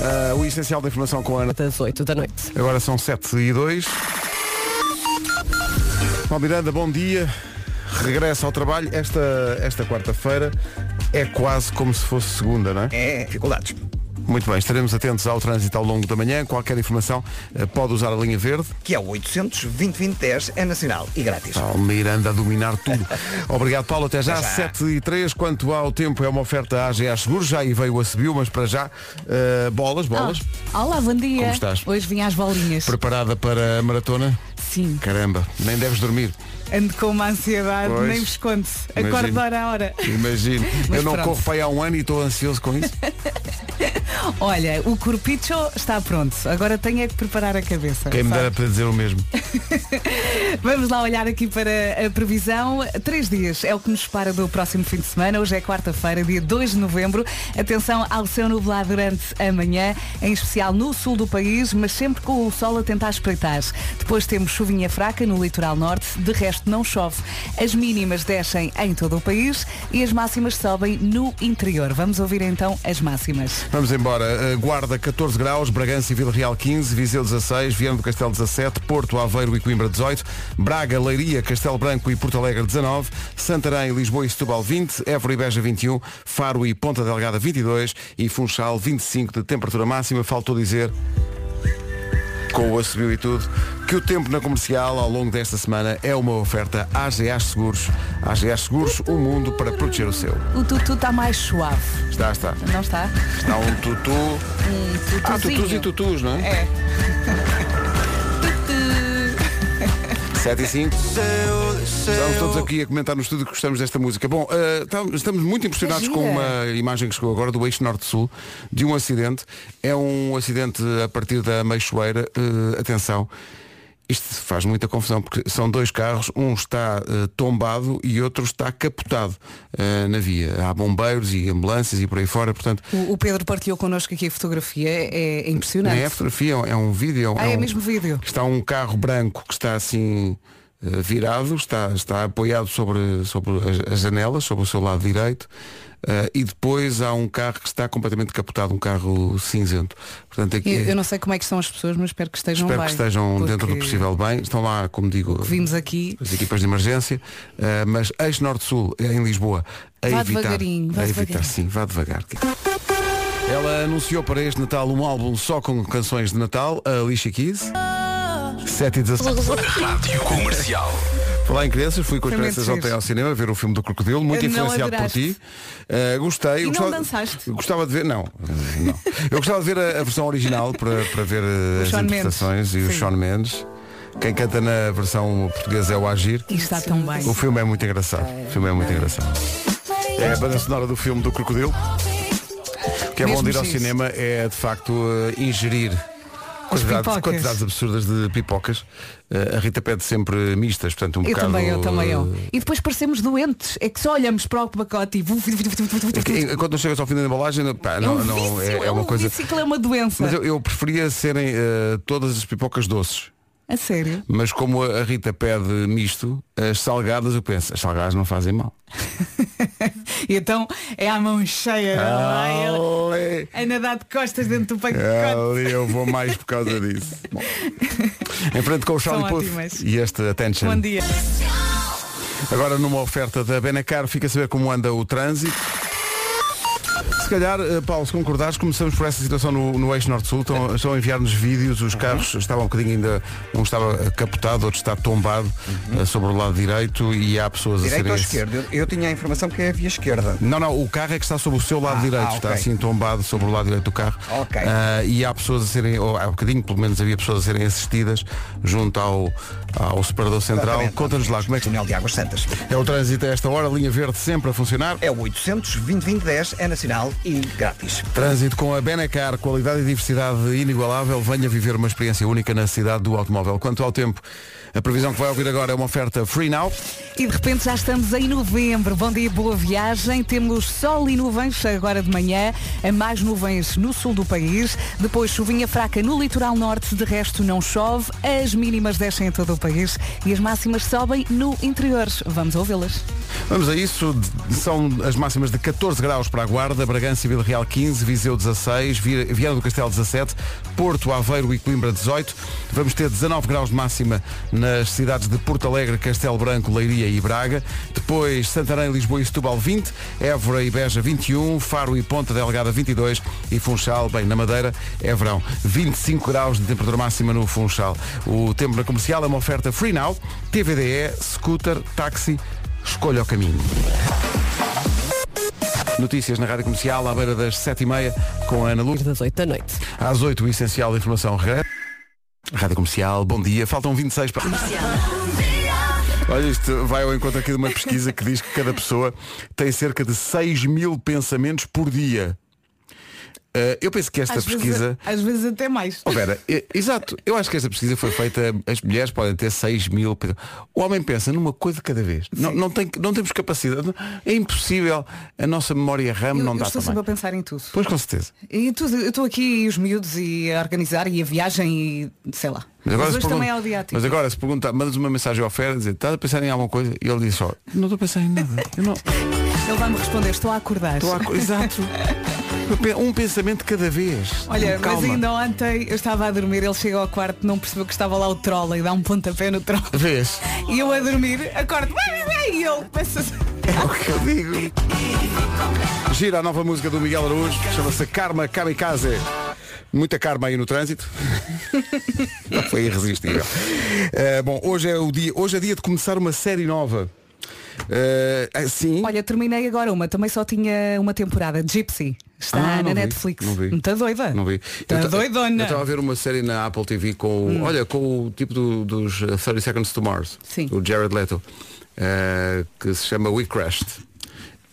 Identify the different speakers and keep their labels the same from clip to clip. Speaker 1: Ah, o essencial da informação com a Ana.
Speaker 2: das 8 da noite.
Speaker 1: Agora são 7 e 2. Paulo Miranda, bom dia. Regressa ao trabalho. Esta, esta quarta-feira é quase como se fosse segunda, não é?
Speaker 3: É, dificuldades.
Speaker 1: Muito bem, estaremos atentos ao trânsito ao longo da manhã. Qualquer informação eh, pode usar a linha verde.
Speaker 3: Que é o 800 2010 é nacional e grátis.
Speaker 2: Ah,
Speaker 1: Paulo Miranda a dominar tudo. Obrigado, Paulo. Até já,
Speaker 3: Até já.
Speaker 1: 7 e 3. Quanto ao tempo, é uma oferta à AGA Seguros. Já aí veio a subiu, mas para já, eh, bolas, bolas.
Speaker 4: Ah, olá, bom dia.
Speaker 1: Como estás?
Speaker 4: Hoje vim às bolinhas.
Speaker 1: Preparada para a maratona?
Speaker 4: Sim,
Speaker 1: Caramba, nem deves dormir.
Speaker 4: ando com uma ansiedade,
Speaker 1: Pois.
Speaker 4: nem vos conto.
Speaker 1: Imagino.
Speaker 4: Acordo de hora a hora.
Speaker 1: Imagino.
Speaker 4: Mas
Speaker 1: Eu não
Speaker 4: pronto.
Speaker 1: corro para aí há um ano e estou ansioso com isso.
Speaker 4: Olha, o corpicho está pronto. Agora tenho é que preparar a cabeça.
Speaker 1: Quem me
Speaker 4: sabe?
Speaker 1: dera para dizer o mesmo.
Speaker 4: Vamos lá olhar aqui para a previsão. Três dias é o que nos separa do próximo fim de semana. Hoje é quarta-feira, dia 2 de novembro. Atenção ao céu nublado durante a manhã, em especial no sul do país, mas sempre com o sol a tentar espreitar. Depois temos chuvinha fraca no litoral norte, de resto não chove. As mínimas descem em todo o país e as máximas sobem no interior. Vamos ouvir então as máximas.
Speaker 1: Vamos embora. Uh, Guarda 14 graus, Bragança e Vila Real 15, Viseu 16, Viana do Castelo 17, Porto, Aveiro e Coimbra 18, Braga, Leiria, Castelo Branco e Porto Alegre 19, Santarém, Lisboa e Setúbal 20, Évora e Beja 21, Faro e Ponta Delgada 22 e Funchal 25 de temperatura máxima. Faltou dizer com o assobio e tudo, que o tempo na comercial ao longo desta semana é uma oferta AGA Seguros. AGA Seguros, o mundo para proteger o seu.
Speaker 4: O tutu está mais suave,
Speaker 1: Está, está.
Speaker 4: não está? Um
Speaker 1: Está um tutu. Ah, tutus e
Speaker 4: Tutuzinho.
Speaker 1: tutus, não é?
Speaker 4: É.
Speaker 1: 7 e 5. Estamos todos aqui a comentar no estúdio que gostamos desta música. Bom, eh, tam- estamos muito impressionados
Speaker 4: É
Speaker 1: com
Speaker 4: gira.
Speaker 1: uma imagem que chegou agora do eixo norte-sul, de um acidente. É um acidente a partir da Meixoeira. Eh, atenção, isto faz muita confusão, porque são dois carros, um está eh, tombado e outro está capotado eh, na via. Há bombeiros e ambulâncias e por aí fora, portanto,
Speaker 4: O, o Pedro partilhou connosco aqui a fotografia, é, é
Speaker 1: não
Speaker 4: impressionante.
Speaker 1: é fotografia, é um vídeo.
Speaker 4: Ah, é
Speaker 1: um-
Speaker 4: mesmo vídeo.
Speaker 1: Está um carro branco que está assim eh, virado, está, está apoiado sobre, sobre as- as janelas, sobre o seu lado direito, eh, e depois há um carro que está completamente capotado, um carro cinzento. Portanto, aqui,
Speaker 4: Eu, eu não sei como é que estão as pessoas, mas espero que estejam
Speaker 1: espero
Speaker 4: bem.
Speaker 1: que estejam dentro do
Speaker 4: porque
Speaker 1: possível bem. Estão lá, como digo,
Speaker 4: Vimos aqui.
Speaker 1: as equipas de emergência, eh, mas eixo norte-sul, eh, em Lisboa, a
Speaker 4: Vá
Speaker 1: evitar.
Speaker 4: devagarinho, vá
Speaker 1: a evitar,
Speaker 4: devagar.
Speaker 1: sim, vá devagar. Ela anunciou para este Natal um álbum só com canções de Natal, a Alicia Keys. 7 e 17.
Speaker 5: Rádio Comercial.
Speaker 1: Falar em crianças, fui com as
Speaker 4: Foi muito
Speaker 1: crianças
Speaker 4: giro.
Speaker 1: ontem ao cinema ver o filme do Crocodilo, muito
Speaker 4: Não
Speaker 1: influenciado por
Speaker 4: adoraste.
Speaker 1: ti. Eh, gostei.
Speaker 4: E não
Speaker 1: gostava,
Speaker 4: dançaste?
Speaker 1: Gostava de ver, não, eh, não. Eu gostava de ver a, a versão original para, para ver eh, as
Speaker 4: Shawn Mendes.
Speaker 1: interpretações e o
Speaker 4: Sim.
Speaker 1: Sean Mendes. Quem canta na versão portuguesa é o Agir.
Speaker 4: Isto está tão bem.
Speaker 1: O filme é muito engraçado. O filme é muito engraçado. É a banda sonora do filme do Crocodilo. O que é bom
Speaker 4: Mesmo
Speaker 1: de ir ao
Speaker 4: se isso.
Speaker 1: cinema é de facto eh, ingerir quantidades,
Speaker 4: pipocas.
Speaker 1: quantidades absurdas de pipocas. Eh, a Rita pede sempre mistas, portanto um
Speaker 4: Eu
Speaker 1: bocado.
Speaker 4: também, eu também eu.
Speaker 1: eh,
Speaker 4: E depois parecemos doentes. É que só olhamos para o pacote e.
Speaker 1: é que, eh, Quando não chegas ao fim da embalagem, pá,
Speaker 4: é um
Speaker 1: não, não,
Speaker 4: vício,
Speaker 1: é, é
Speaker 4: é
Speaker 1: uma
Speaker 4: um
Speaker 1: coisa.
Speaker 4: vício que é uma doença.
Speaker 1: Mas eu, eu preferia serem eh, todas as pipocas doces.
Speaker 4: A sério.
Speaker 1: Mas como a a Rita pede misto, as salgadas eu penso, as salgadas não fazem mal.
Speaker 4: E então é a mão cheia.
Speaker 1: Ah.
Speaker 4: não é?
Speaker 1: Ale.
Speaker 4: A nadar de costas dentro do pacote.
Speaker 1: Ali eu vou mais por causa disso. Bom. Em frente com o Charlie
Speaker 4: ótimas.
Speaker 1: Puth e este Attention.
Speaker 4: Bom dia.
Speaker 1: Agora numa oferta da Benacar, fica a saber como anda o trânsito. Se calhar, eh, Paulo, se concordares, começamos por essa situação no, no eixo norte-sul. Estão, estão a enviar-nos vídeos, os carros
Speaker 4: Uhum.
Speaker 1: estavam um bocadinho ainda, um estava capotado, outro está tombado
Speaker 4: Uhum.
Speaker 1: eh, sobre o lado direito e há pessoas a
Speaker 3: Direito
Speaker 1: serem.
Speaker 3: ou esquerdo? Eu, eu tinha a informação que é a via esquerda.
Speaker 1: Não, não, o carro é que está sobre o seu lado
Speaker 3: Ah,
Speaker 1: direito,
Speaker 3: ah,
Speaker 1: está
Speaker 3: ok.
Speaker 1: assim tombado sobre o lado direito do carro.
Speaker 3: Ok.
Speaker 1: Ah, e há pessoas a serem, ou há um bocadinho pelo menos havia pessoas a serem assistidas junto ao, ao separador central.
Speaker 3: Exatamente.
Speaker 1: Conta-nos lá como é que
Speaker 3: Túnel de Águas Santas.
Speaker 1: é o trânsito a esta hora, linha verde sempre a funcionar.
Speaker 3: É o 800 2010 é nacional e grátis.
Speaker 1: Trânsito com a Benacar, qualidade e diversidade inigualável, venha viver uma experiência única na cidade do automóvel. Quanto ao tempo, a previsão que vai ouvir agora é uma oferta free now.
Speaker 4: E de repente já estamos em novembro. Bom dia, boa viagem. Temos sol e nuvens agora de manhã, a mais nuvens no sul do país. Depois chuvinha fraca no litoral norte, de resto não chove. As mínimas descem em todo o país e as máximas sobem no interior. Vamos ouvi-las.
Speaker 1: Vamos a isso. De- São as máximas de 14 graus para a Guarda, Bragança e Vila Real 15, Viseu 16, Vi- Viana do Castelo 17, Porto, Aveiro e Coimbra 18. Vamos ter 19 graus de máxima nas cidades de Porto Alegre, Castelo Branco, Leiria e Braga. Depois Santarém, Lisboa e Setúbal 20, Évora e Beja 21, Faro e Ponta Delgada 22 e Funchal, bem, na Madeira é verão. 25 graus de temperatura máxima no Funchal. O tempo na comercial é uma oferta Free Now, TVDE, Scooter, Táxi, Escolha o caminho. Notícias na Rádio Comercial, à beira das 7h30, com a Ana Lu.
Speaker 2: das 8 da noite.
Speaker 1: Às 8 o essencial da informação regressa. Rádio Comercial, bom dia. Faltam 26 para. Olha, isto vai ao encontro aqui de uma pesquisa que diz que cada pessoa tem cerca de 6 mil pensamentos por dia. Ah, eu penso que esta
Speaker 4: às
Speaker 1: pesquisa.
Speaker 4: Vezes, às vezes até mais.
Speaker 1: Oh, Vera, e- exato, eu acho que esta pesquisa foi feita, as mulheres podem ter 6 mil. pe- O homem pensa numa coisa de cada vez. Não, não, tem, não temos capacidade. É impossível. A nossa memória RAM
Speaker 4: Eu,
Speaker 1: não
Speaker 4: eu
Speaker 1: dá
Speaker 4: estou sempre
Speaker 1: também.
Speaker 4: a pensar em tudo.
Speaker 1: Pois com certeza.
Speaker 4: E tudo, eu estou aqui e os miúdos e a organizar e a viagem e sei lá. Mas,
Speaker 1: se
Speaker 4: hoje
Speaker 1: pergunta-
Speaker 4: também é o dia ativo.
Speaker 1: mas agora se pergunta, mandas uma mensagem ao Fera, dizer, estás a pensar em alguma coisa? E ele diz só, não estou a pensar em nada. Eu não,
Speaker 4: Ele vai-me responder, estou a acordar.
Speaker 1: estou a... co- Exato. Eu pe- Um pensamento de cada vez.
Speaker 4: Olha,
Speaker 1: Calma.
Speaker 4: mas ainda ontem eu estava a dormir, ele chega ao quarto, não percebeu que estava lá o troll e dá um pontapé no troll.
Speaker 1: Vês?
Speaker 4: E eu a dormir, acordo, vai, vai, vai, e ele pensa assim.
Speaker 1: É o que eu digo. Gira a nova música do Miguel Araújo, chama-se Karma Kamikaze. Muita karma aí no trânsito. Foi irresistível. Eh, bom, hoje é o dia, hoje é dia de começar uma série nova. Eh, ah, sim.
Speaker 4: Olha, terminei agora uma, também só tinha uma temporada, Gypsy. Está
Speaker 1: Ah, não
Speaker 4: na
Speaker 1: vi,
Speaker 4: Netflix.
Speaker 1: não vi.
Speaker 4: Está doida?
Speaker 1: Não vi.
Speaker 4: Está
Speaker 1: ta- Eu
Speaker 4: Tá doidona. Hum.
Speaker 1: estava a ver uma série na Apple TV com, o- olha, com o tipo do- dos eh, 30 Seconds to Mars,
Speaker 4: Sim.
Speaker 1: o Jared Leto, eh, que se chama We Crashed.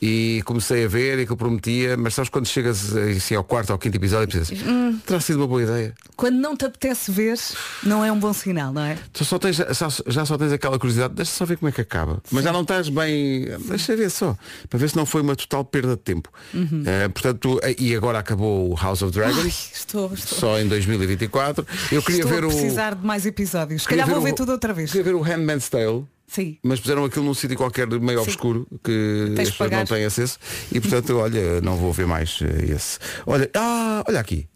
Speaker 1: E comecei a ver e que eu prometia, mas sabes quando chegas eh, assim, ao quarto ou quinto episódio e
Speaker 4: Hum.
Speaker 1: pensas, "Hum, terá sido uma boa ideia.
Speaker 4: Quando não te apetece ver, não é um bom sinal, não é?
Speaker 1: Tu só tens, já, já só tens aquela curiosidade, deixa só ver como é que acaba. Mas já não estás bem. Deixa ver só. Para ver se não foi uma total perda de tempo.
Speaker 4: Uhum.
Speaker 1: Eh, portanto, eh, e agora acabou o House of
Speaker 4: Ai,
Speaker 1: Dragons.
Speaker 4: estou, estou.
Speaker 1: Só em 2024. Eu queria
Speaker 4: estou
Speaker 1: ver
Speaker 4: a
Speaker 1: o.
Speaker 4: precisar de mais episódios. Se
Speaker 1: queria
Speaker 4: calhar vou ver
Speaker 1: o-
Speaker 4: tudo outra vez.
Speaker 1: Queria ver o Handman's Tale.
Speaker 4: Sim.
Speaker 1: Mas puseram aquilo num sítio qualquer meio
Speaker 4: Sim.
Speaker 1: obscuro que
Speaker 4: Tens
Speaker 1: as
Speaker 4: de
Speaker 1: pessoas não
Speaker 4: pagar.
Speaker 1: têm acesso. E portanto, olha, não vou ver mais eh, esse. Olha, ah, olha aqui.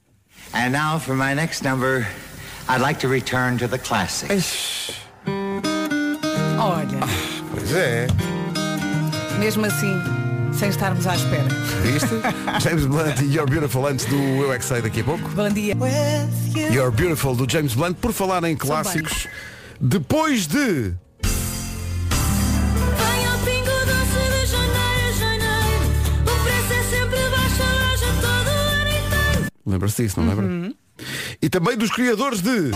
Speaker 6: And now for my next number, I'd like to return to the classics.
Speaker 4: Olha,
Speaker 1: Pois é.
Speaker 4: mesmo assim, sem estarmos à espera.
Speaker 1: Viste? James Blunt e Your Beautiful antes do Eu é Que Sei daqui a pouco.
Speaker 4: Bom dia.
Speaker 1: Your Beautiful do James Blunt. Por falar em clássicos, depois de.
Speaker 7: Vem ao pingo doce de janeiro a janeiro. O preço é sempre baixo, a loja todo o ano inteiro.
Speaker 1: Lembra-se disso, não
Speaker 4: Uhum.
Speaker 1: lembra? E também dos criadores de.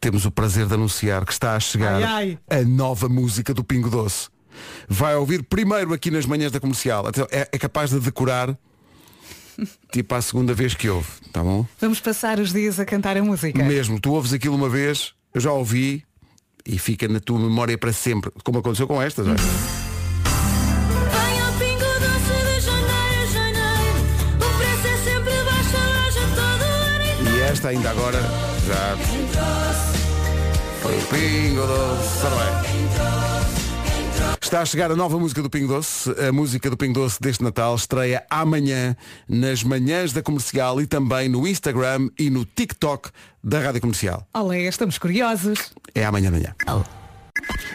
Speaker 1: Temos o prazer de anunciar que está a chegar
Speaker 4: Ai,
Speaker 1: a nova música do Pingo Doce. Vai ouvir primeiro aqui nas manhãs da comercial. Até- É, é capaz de decorar tipo à segunda vez que ouve, tá bom?
Speaker 4: Vamos passar os dias a cantar a música.
Speaker 1: Mesmo, tu ouves aquilo uma vez, eu já ouvi e fica na tua memória para sempre, como aconteceu com estas. olha.
Speaker 4: Uhum.
Speaker 7: Vem ao pingo doce de janeiro a janeiro. O preço é sempre baixo, a loja todo o ano inteiro.
Speaker 1: E esta ainda agora já foi o Pingo Doce. Ora bem. Está a chegar a nova música do Pingo Doce. A música do Pingo Doce deste Natal estreia amanhã nas manhãs da comercial e também no Instagram e no TikTok da Rádio Comercial.
Speaker 4: Olé, estamos curiosos.
Speaker 1: É amanhã de manhã.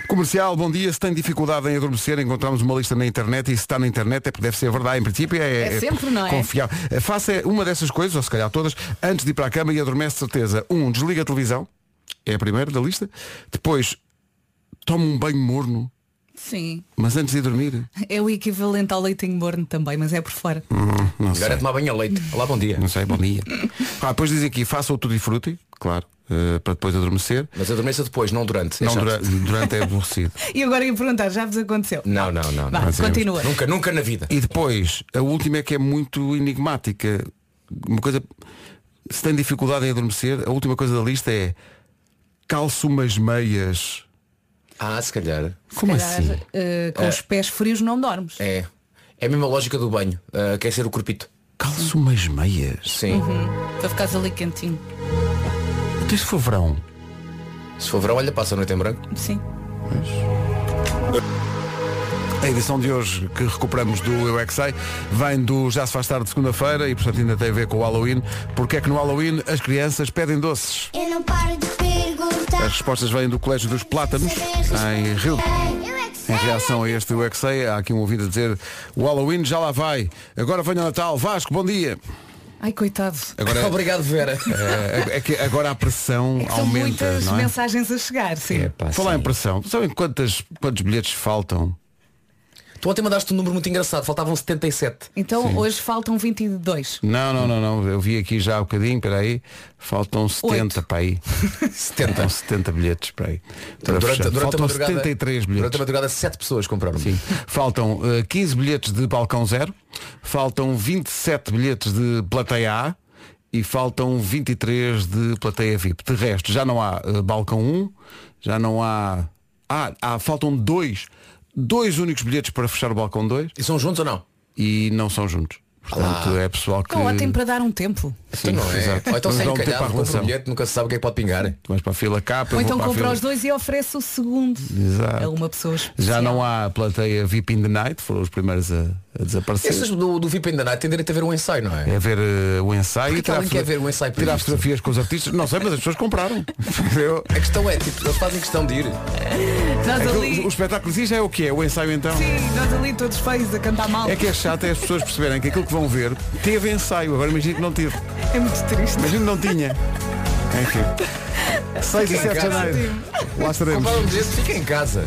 Speaker 1: Comercial, bom dia. Se tem dificuldade em adormecer, encontramos uma lista na internet e se está na internet é porque deve ser verdade. Em princípio é,
Speaker 4: É sempre, não é?
Speaker 1: confiável. Eh, Faça uma dessas coisas, ou se calhar todas, antes de ir para a cama e adormece de certeza. Um, desliga a televisão, é a primeira da lista. Depois, toma um banho morno,
Speaker 4: Sim.
Speaker 1: mas antes de dormir.
Speaker 4: É o equivalente ao leitinho morno também, mas é por fora.
Speaker 1: Não
Speaker 8: Agora é tomar banho a leite. Olá, bom dia.
Speaker 1: Não sei, bom dia. Ah, depois dizem aqui, faça o tudo e frutti, claro, eh, para depois adormecer.
Speaker 8: Mas adormeça depois, não durante. É
Speaker 1: Não
Speaker 8: chato.
Speaker 1: dura- durante é aborrecido.
Speaker 4: E agora ia perguntar, já vos aconteceu?
Speaker 8: Não, não, não.
Speaker 4: Vá,
Speaker 8: não.
Speaker 1: Mas é-
Speaker 4: continua.
Speaker 8: Nunca, nunca na vida.
Speaker 1: E depois, a última é que é muito enigmática. Uma coisa. Se tem dificuldade em adormecer, a última coisa da lista é calço umas meias.
Speaker 8: Ah, se calhar.
Speaker 1: Como
Speaker 4: Calhar,
Speaker 1: assim?
Speaker 4: eh, com os pés frios não dormes.
Speaker 8: É. É a mesma lógica do banho. Ah, aquecer o corpito.
Speaker 1: Calço umas meias.
Speaker 8: Sim.
Speaker 4: Para ficares ali quentinho.
Speaker 1: Então isso foi verão.
Speaker 8: Se for verão, olha, passa a noite em branco.
Speaker 4: Sim.
Speaker 1: A edição de hoje que recuperamos do Eu É Que Sei vem do Já Se Faz Tarde de segunda-feira e, portanto, ainda tem a ver com o Halloween. Porque é que no Halloween as crianças pedem doces?
Speaker 7: Eu não paro de
Speaker 1: As
Speaker 7: perguntar.
Speaker 1: respostas vêm do Colégio dos Plátanos, em Rio de
Speaker 7: Eu é que sei.
Speaker 1: Em reação a este Eu É Que Sei, há aqui um ouvido a dizer o Halloween já lá vai, agora venha o Natal, Vasco, bom dia.
Speaker 4: Ai, coitado.
Speaker 1: Agora,
Speaker 8: Obrigado, Vera.
Speaker 1: é, é que agora a pressão
Speaker 4: É que são
Speaker 1: aumenta,
Speaker 4: muitas
Speaker 1: não é?
Speaker 4: mensagens a chegar, sim.
Speaker 1: Falar em pressão, sabem quantas, quantos bilhetes faltam?
Speaker 8: Tu ontem mandaste um número muito engraçado, faltavam 77.
Speaker 4: Então hoje faltam 22.
Speaker 1: Não, não, não, não, eu vi aqui já há um bocadinho, peraí, faltam 70
Speaker 4: Oito.
Speaker 1: para aí. 70. Faltam 70 bilhetes para aí. Para fechar. faltam 73
Speaker 8: Durante a
Speaker 1: bilhetes.
Speaker 8: madrugada, 7 pessoas compraram.
Speaker 1: Sim. Faltam eh, 15 bilhetes de balcão zero, faltam 27 bilhetes de plateia A e faltam 23 de plateia VIP. De resto, já não há eh, balcão 1, já não há. Ah, ah, faltam dois, dois únicos bilhetes para fechar o balcão 2
Speaker 8: E são juntos ou não?
Speaker 1: e não são juntos. Portanto, é pessoal que.
Speaker 4: Então ótimo para dar um tempo.
Speaker 8: Ah. Então não é.
Speaker 1: exato.
Speaker 8: Ou então
Speaker 1: Vamos
Speaker 8: sem
Speaker 1: dar um tempo à
Speaker 8: calhar, compra
Speaker 1: relação.
Speaker 8: um bilhete, nunca se sabe o que é que pode pingar.
Speaker 1: Tu vais para a fila K, eu
Speaker 4: Ou
Speaker 1: vou
Speaker 4: então
Speaker 1: para a
Speaker 4: compra
Speaker 1: fila-
Speaker 4: os dois e oferece o segundo
Speaker 1: Exato.
Speaker 4: a uma pessoa especial.
Speaker 1: Já não há plateia VIP in the night, foram os primeiros a, a desaparecer.
Speaker 8: Esses do, do VIP ainda night têm direito a ver um ensaio, não é?
Speaker 1: É ver eh, o ensaio
Speaker 8: Porquê que alguém
Speaker 1: foto-
Speaker 8: quer ver o ensaio para
Speaker 1: tirar
Speaker 8: isto?
Speaker 1: fotografias com os artistas. Não sei, mas as pessoas compraram. Eu-
Speaker 8: A questão é, tipo, eles fazem questão de ir.
Speaker 4: Nós
Speaker 1: é que
Speaker 4: ali,
Speaker 1: o, o espetáculo exige é o que é? O ensaio então?
Speaker 4: sim, nós ali todos feios a cantar mal.
Speaker 1: É
Speaker 4: É,
Speaker 1: que é chato é as pessoas perceberem que aquilo que vão ver teve ensaio. Agora imagina que não teve.
Speaker 4: É muito triste.
Speaker 1: Imagina que não tinha. Enfim. 6 e 7 de janeiro. Lá estaremos.
Speaker 8: Compraram um desse, fica em casa.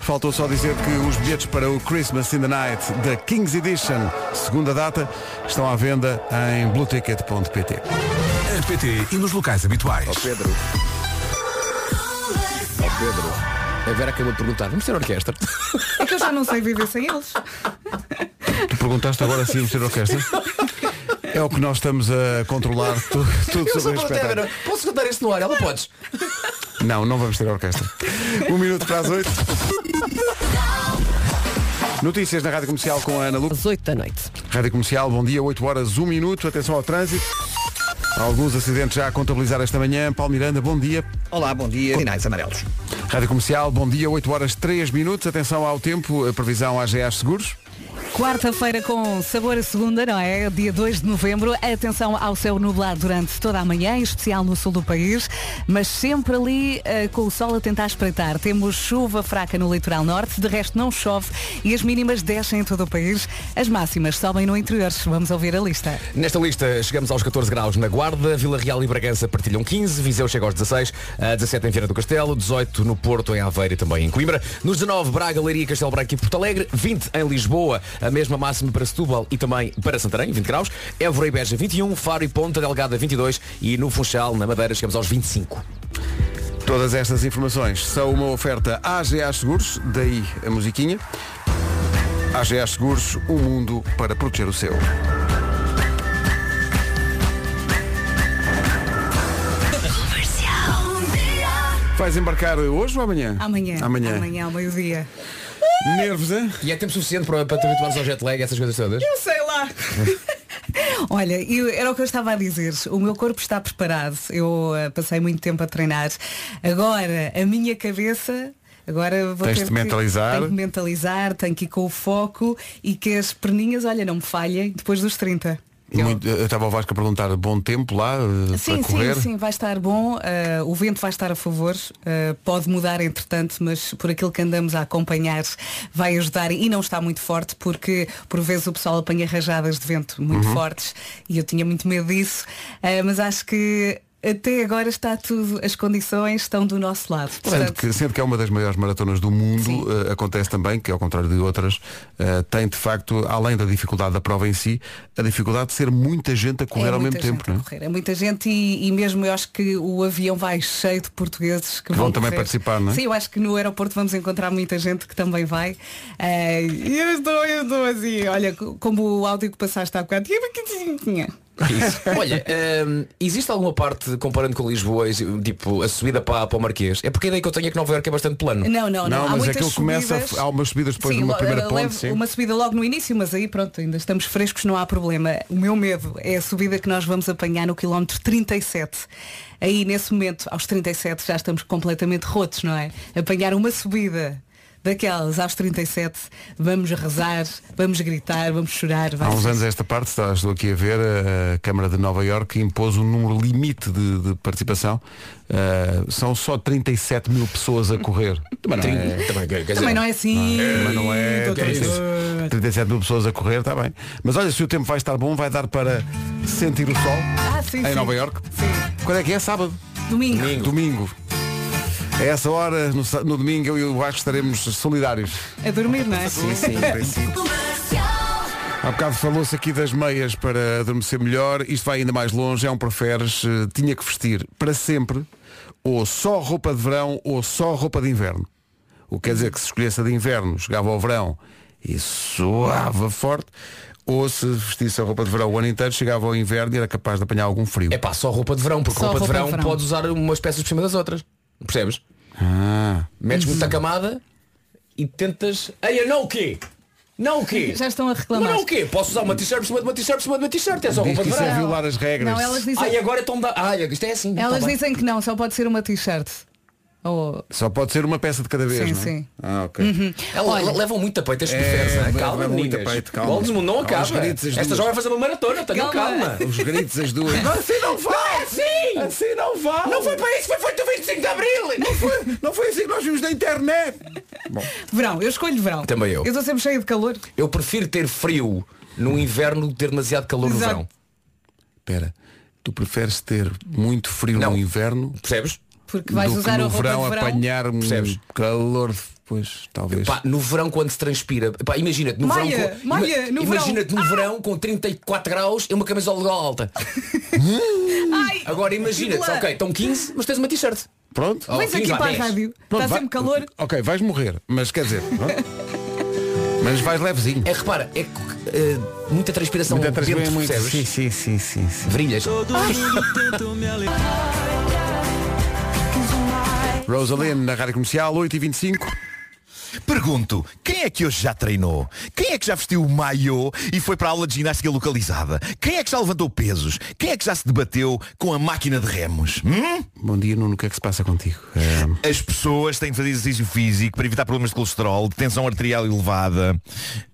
Speaker 1: Faltou só dizer que os bilhetes para o Christmas in the Night da Kings Edition, segunda data, estão à venda em blueticket.pt.
Speaker 5: A PT e nos locais habituais.
Speaker 8: Pedro. A Vera acabou de perguntar, vamos ter orquestra?
Speaker 4: É que eu já não sei viver sem eles.
Speaker 1: Tu perguntaste agora se íamos ter orquestra? É o que nós estamos a controlar tu, tudo
Speaker 8: Eu só
Speaker 1: sobre o
Speaker 8: perguntei à
Speaker 1: espetáculo.
Speaker 8: Vera, posso contar isto no ar? Ela podes.
Speaker 1: Não, não vamos ter orquestra. Um minuto para as oito. Notícias na Rádio Comercial com a Ana Lu.
Speaker 2: Às 8 da noite.
Speaker 1: Rádio Comercial, bom dia, 8 horas, 1 minuto. Atenção ao trânsito. Alguns acidentes já a contabilizar esta manhã. Paulo Miranda, bom dia.
Speaker 3: Olá, bom dia. Sinais amarelos.
Speaker 1: Rádio Comercial, bom dia, 8 horas 3 minutos. Atenção ao tempo, a previsão AGAs Seguros.
Speaker 4: Quarta-feira com sabor a segunda, não é? Dia 2 de novembro. Atenção ao céu nublado durante toda a manhã, em especial no sul do país, mas sempre ali eh, com o sol a tentar espreitar. Temos chuva fraca no litoral norte, de resto não chove e as mínimas descem em todo o país. As máximas sobem no interior. Vamos ouvir a lista.
Speaker 8: Nesta lista chegamos aos 14 graus na Guarda, Vila Real e Bragança partilham 15, Viseu chega aos 16, a 17 em Vieira do Castelo, 18 no Porto, em Aveiro e também em Coimbra, nos 19 Braga, Leiria, Castelo Branco e Porto Alegre, 20 em Lisboa, a mesma máxima para Setúbal e também para Santarém, 20 graus, Évora e Beja 21, Faro e Ponta Delgada 22 e no Funchal, na Madeira, chegamos aos 25.
Speaker 1: Todas estas informações são uma oferta AGA Seguros, daí a musiquinha. AGA Seguros, um mundo para proteger o seu.
Speaker 7: Um
Speaker 1: Vais embarcar hoje ou amanhã?
Speaker 4: Amanhã.
Speaker 1: Amanhã.
Speaker 4: Amanhã ao meio-dia.
Speaker 1: Nervos, hein?
Speaker 8: E é tempo suficiente para, para te habituares ao jet lag e essas coisas todas?
Speaker 4: Eu sei lá. Olha, eu- era o que eu estava a dizer. O meu corpo está preparado. Eu eh, passei muito tempo a treinar. Agora, a minha cabeça. Agora vou
Speaker 1: Tens
Speaker 4: ter
Speaker 1: de
Speaker 4: que-
Speaker 1: mentalizar.
Speaker 4: Tenho que mentalizar, tenho que ir com o foco e que as perninhas, olha, não me falhem depois dos 30. Eu-
Speaker 1: Muito- eu estava ao Vasco a perguntar bom tempo lá eh,
Speaker 4: Sim,
Speaker 1: para correr.
Speaker 4: sim, sim, vai estar bom, eh, o vento vai estar a favor, eh, pode mudar entretanto, mas por aquilo que andamos a acompanhar vai ajudar e não está muito forte porque por vezes o pessoal apanha rajadas de vento muito
Speaker 1: Uhum.
Speaker 4: fortes e eu tinha muito medo disso, eh, mas acho que até agora está tudo, as condições estão do nosso lado.
Speaker 1: Sendo
Speaker 4: Portanto,
Speaker 1: que, sendo que é uma das maiores maratonas do mundo,
Speaker 4: Sim.
Speaker 1: eh, acontece também que, ao contrário de outras, eh, tem de facto, além da dificuldade da prova em si, a dificuldade de ser muita gente a correr
Speaker 4: é
Speaker 1: ao
Speaker 4: muita
Speaker 1: mesmo tempo.
Speaker 4: gente a
Speaker 1: não é?
Speaker 4: correr, É muita gente e, e mesmo eu acho que o avião vai cheio de portugueses que
Speaker 1: vão
Speaker 4: vão,
Speaker 1: também
Speaker 4: correr.
Speaker 1: participar, não é?
Speaker 4: Sim, eu acho que no aeroporto vamos encontrar muita gente que também vai. um Eh, E eu estou, eu estou assim, olha, co- como o áudio que passaste há bocado.
Speaker 8: Isso. Olha, hum, existe alguma parte, comparando com Lisboa, tipo, a subida para, para o Marquês? É porque a ideia que eu tenho é que Nova Iorque é bastante plano.
Speaker 4: Não, não, não.
Speaker 1: Não,
Speaker 4: há
Speaker 1: mas
Speaker 4: muitas
Speaker 1: aquilo
Speaker 4: subidas.
Speaker 1: começa a f- há umas subidas depois
Speaker 4: sim,
Speaker 1: numa
Speaker 4: lo-
Speaker 1: primeira
Speaker 4: eh,
Speaker 1: ponte,
Speaker 4: leve-
Speaker 1: sim.
Speaker 4: Uma subida logo no início, mas aí pronto, ainda estamos frescos, não há problema. O meu medo é a subida que nós vamos apanhar no quilómetro 37. Aí nesse momento, aos 37, já estamos completamente rotos, não é? Apanhar uma subida. Daquelas aos 37, vamos rezar, vamos gritar, vamos chorar. vai
Speaker 1: Há uns
Speaker 4: ser.
Speaker 1: anos é a esta parte, está- estou aqui a ver, a a Câmara de Nova Iorque impôs um número limite de, de participação. Uh, são só 37 mil pessoas a correr. Também não é-
Speaker 8: Também, quer dizer,
Speaker 4: Também não é assim.
Speaker 1: Mas não é.
Speaker 4: doutor.
Speaker 1: 37, 37 mil pessoas a correr, está bem. Mas olha, se o tempo vai estar bom, vai dar para sentir o sol
Speaker 4: Ah, sim,
Speaker 1: em
Speaker 4: sim.
Speaker 1: Nova Iorque.
Speaker 4: Sim.
Speaker 1: Quando é que é? Sábado?
Speaker 4: Domingo.
Speaker 1: Domingo. A essa hora, no, sa- no domingo, eu e o Vasco estaremos solidários.
Speaker 4: A dormir, não é?
Speaker 1: Há bocado falou-se aqui das meias para adormecer melhor. Isto vai ainda mais longe. É um preferes. eh, Tinha que vestir para sempre ou só roupa de verão ou só roupa de inverno. O que quer dizer que se escolhesse a de inverno, chegava ao verão e suava forte. Ou se vestisse a roupa de verão o ano inteiro, chegava ao inverno e era capaz de apanhar algum frio.
Speaker 8: É pá, só roupa de verão, porque
Speaker 4: Só
Speaker 8: roupa, de,
Speaker 4: roupa de
Speaker 8: verão
Speaker 4: verão.
Speaker 8: podes usar umas peças por cima das outras. Percebes?
Speaker 1: Ah.
Speaker 8: Metes
Speaker 4: Uhum.
Speaker 8: muita camada e tentas. Ei, não o quê? Não o quê?
Speaker 4: Já estão a
Speaker 8: Mas
Speaker 4: reclamar.
Speaker 8: não o quê? Posso usar uma t-shirt por cima de uma t-shirt por cima de uma t-shirt, é só
Speaker 1: Diz
Speaker 8: roupa
Speaker 1: que
Speaker 8: de
Speaker 1: isso é
Speaker 8: verão.
Speaker 1: violar as regras. é
Speaker 4: Não, elas dizem.
Speaker 8: Ai, agora estão da. Ai, isto é assim.
Speaker 4: é Elas
Speaker 8: tá bem.
Speaker 4: dizem que não, só pode ser uma t-shirt. Ou...
Speaker 1: Só pode ser uma peça de cada vez,
Speaker 4: Sim,
Speaker 1: não é?
Speaker 4: sim. Uhum.
Speaker 1: Ah, ok.
Speaker 8: Elas
Speaker 4: Olha.
Speaker 8: É, levam muito a peito,
Speaker 1: É,
Speaker 8: as preferes, né?
Speaker 1: levam
Speaker 8: Calma,
Speaker 1: muito
Speaker 8: meninas.
Speaker 1: a peito, calma.
Speaker 8: Calma. mundo não
Speaker 1: Há uns
Speaker 8: acaba.
Speaker 1: gritos, as
Speaker 8: Esta
Speaker 1: duas.
Speaker 8: já vai fazer uma maratona, tenham
Speaker 4: Calma.
Speaker 8: calma.
Speaker 1: Os gritos, as duas.
Speaker 8: Assim não vai! Assim! Assim não vai! Não foi para isso, foi feito o 25 de Abril! Não foi!
Speaker 1: Não foi assim que nós vimos na internet.
Speaker 4: Verão, eu escolho verão.
Speaker 8: Também eu.
Speaker 4: Eu estou sempre cheia de calor.
Speaker 8: Eu prefiro ter frio no inverno do que ter demasiado calor no
Speaker 4: Exato.
Speaker 8: verão.
Speaker 1: Espera, tu preferes ter muito frio
Speaker 8: Não.
Speaker 1: no inverno
Speaker 8: Percebes?
Speaker 4: Porque vais
Speaker 1: do que
Speaker 4: usar
Speaker 1: no
Speaker 4: a roupa
Speaker 1: verão,
Speaker 4: de verão.
Speaker 1: apanhar um
Speaker 8: Percebes?
Speaker 1: calor depois, talvez.
Speaker 8: Pá, no verão quando se transpira, pá, imagina-te no
Speaker 4: Maia,
Speaker 8: verão, Ah! com,
Speaker 4: Maia,
Speaker 8: ima-
Speaker 4: no verão.
Speaker 8: imagina-te no verão com 34 graus e uma camisola igual alta.
Speaker 4: Ai,
Speaker 8: Agora imagina-te, ok, estão 15, mas tens uma t-shirt.
Speaker 1: Pronto?
Speaker 8: Oh,
Speaker 4: Vens
Speaker 8: 15,
Speaker 4: aqui
Speaker 8: vá,
Speaker 4: para a
Speaker 8: 10.
Speaker 4: rádio.
Speaker 1: Pronto,
Speaker 4: Está
Speaker 1: vai-
Speaker 4: Tá sempre calor.
Speaker 1: Ok, vais morrer, mas quer dizer, pronto. mas vais levezinho.
Speaker 8: É, repara, é que, eh, muita transpiração
Speaker 1: Muita
Speaker 8: dentro,
Speaker 1: transpira- muito-
Speaker 8: percebes?
Speaker 1: Sim, sim, sim, sim, sim.
Speaker 8: Brilhas.
Speaker 1: Rosaline na Rádio Comercial, 8h25.
Speaker 2: Pergunto, quem é que hoje já treinou? Quem é que já vestiu o maiô e foi para a aula de ginástica localizada? Quem é que já levantou pesos? Quem é que já se debateu com a máquina de remos? Hum?
Speaker 1: Bom dia, Nuno, o que é que se passa contigo? Eh,
Speaker 2: As pessoas têm que fazer exercício físico para evitar problemas de colesterol, de tensão arterial elevada.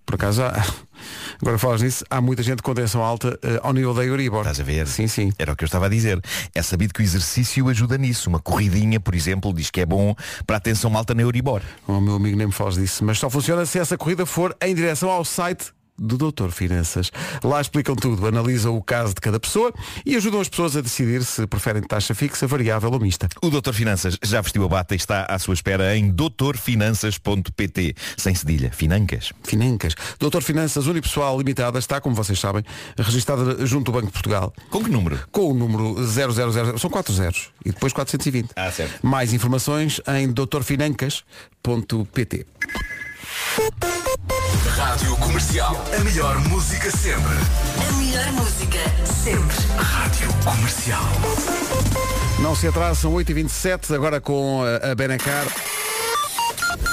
Speaker 1: por acaso, há- agora falas nisso, há muita gente com tensão alta eh, ao nível da Euribor.
Speaker 2: Estás a ver?
Speaker 1: Sim, sim.
Speaker 2: Era o que eu estava a dizer. É sabido que o exercício ajuda nisso. Uma corridinha, por exemplo, diz que é bom para a tensão alta na Euribor.
Speaker 1: O meu amigo nem me faz disso, mas só funciona se essa corrida for em direção ao site do Doutor Finanças. Lá explicam tudo, analisam o caso de cada pessoa e ajudam as pessoas a decidir se preferem taxa fixa, variável ou mista.
Speaker 2: O Doutor Finanças já vestiu a bata e está à sua espera em doutorfinanças.pt. Sem cedilha, financas.
Speaker 1: Financas. Doutor Finanças Unipessoal Limitada está, como vocês sabem, registada junto do Banco de Portugal.
Speaker 2: Com que número?
Speaker 1: Com o número 000, são 4 zeros e depois 420.
Speaker 2: Ah, certo.
Speaker 1: Mais informações em doutorfinancas.pt
Speaker 5: Rádio Comercial. A melhor música sempre.
Speaker 9: A melhor música sempre.
Speaker 5: Rádio Comercial.
Speaker 1: Não se atrasam, 8h27, agora com a a Benacar.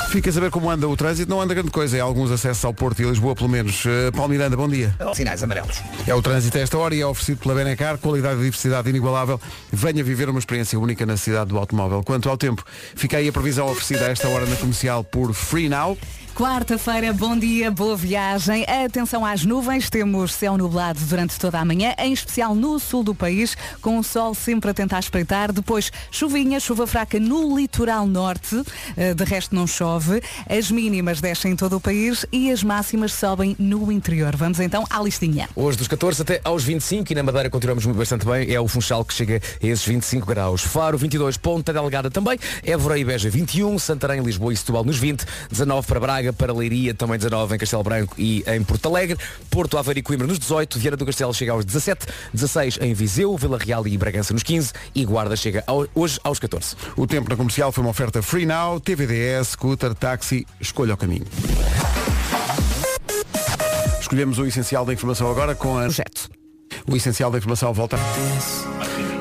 Speaker 1: Fica a saber como anda o trânsito, não anda grande coisa, é alguns acessos ao Porto e a Lisboa, pelo menos. Eh, Paulo Miranda, bom dia.
Speaker 3: Sinais amarelos.
Speaker 1: É o trânsito a esta hora e é oferecido pela Benacar, qualidade e diversidade inigualável. Venha viver uma experiência única na cidade do automóvel. Quanto ao tempo, fica aí a previsão oferecida a esta hora na comercial por Free Now.
Speaker 4: Quarta-feira, bom dia, boa viagem. Atenção às nuvens, temos céu nublado durante toda a manhã, em especial no sul do país, com o sol sempre a tentar espreitar. Depois, chuvinha, chuva fraca no litoral norte, eh, de resto não chove. As mínimas descem em todo o país e as máximas sobem no interior. Vamos então à listinha.
Speaker 8: Hoje dos 14 até aos 25 e na Madeira continuamos bastante bem. É o Funchal que chega a esses 25 graus. Faro 22, Ponta Delgada também. Évora e Beja 21, Santarém, Lisboa e Setúbal nos 20, 19 para Braga, para Leiria também 19 em Castelo Branco e em Porto Alegre, Porto Aveiro e Coimbra nos 18, Vieira do Castelo chega aos 17, 16 em Viseu, Vila Real e Bragança nos 15 e Guarda chega ao- hoje aos 14.
Speaker 1: O tempo na comercial foi uma oferta Free Now, TVDS, scooter, táxi, escolha o caminho. Escolhemos o essencial da informação agora com a
Speaker 4: Projeto.
Speaker 1: O essencial da informação volta.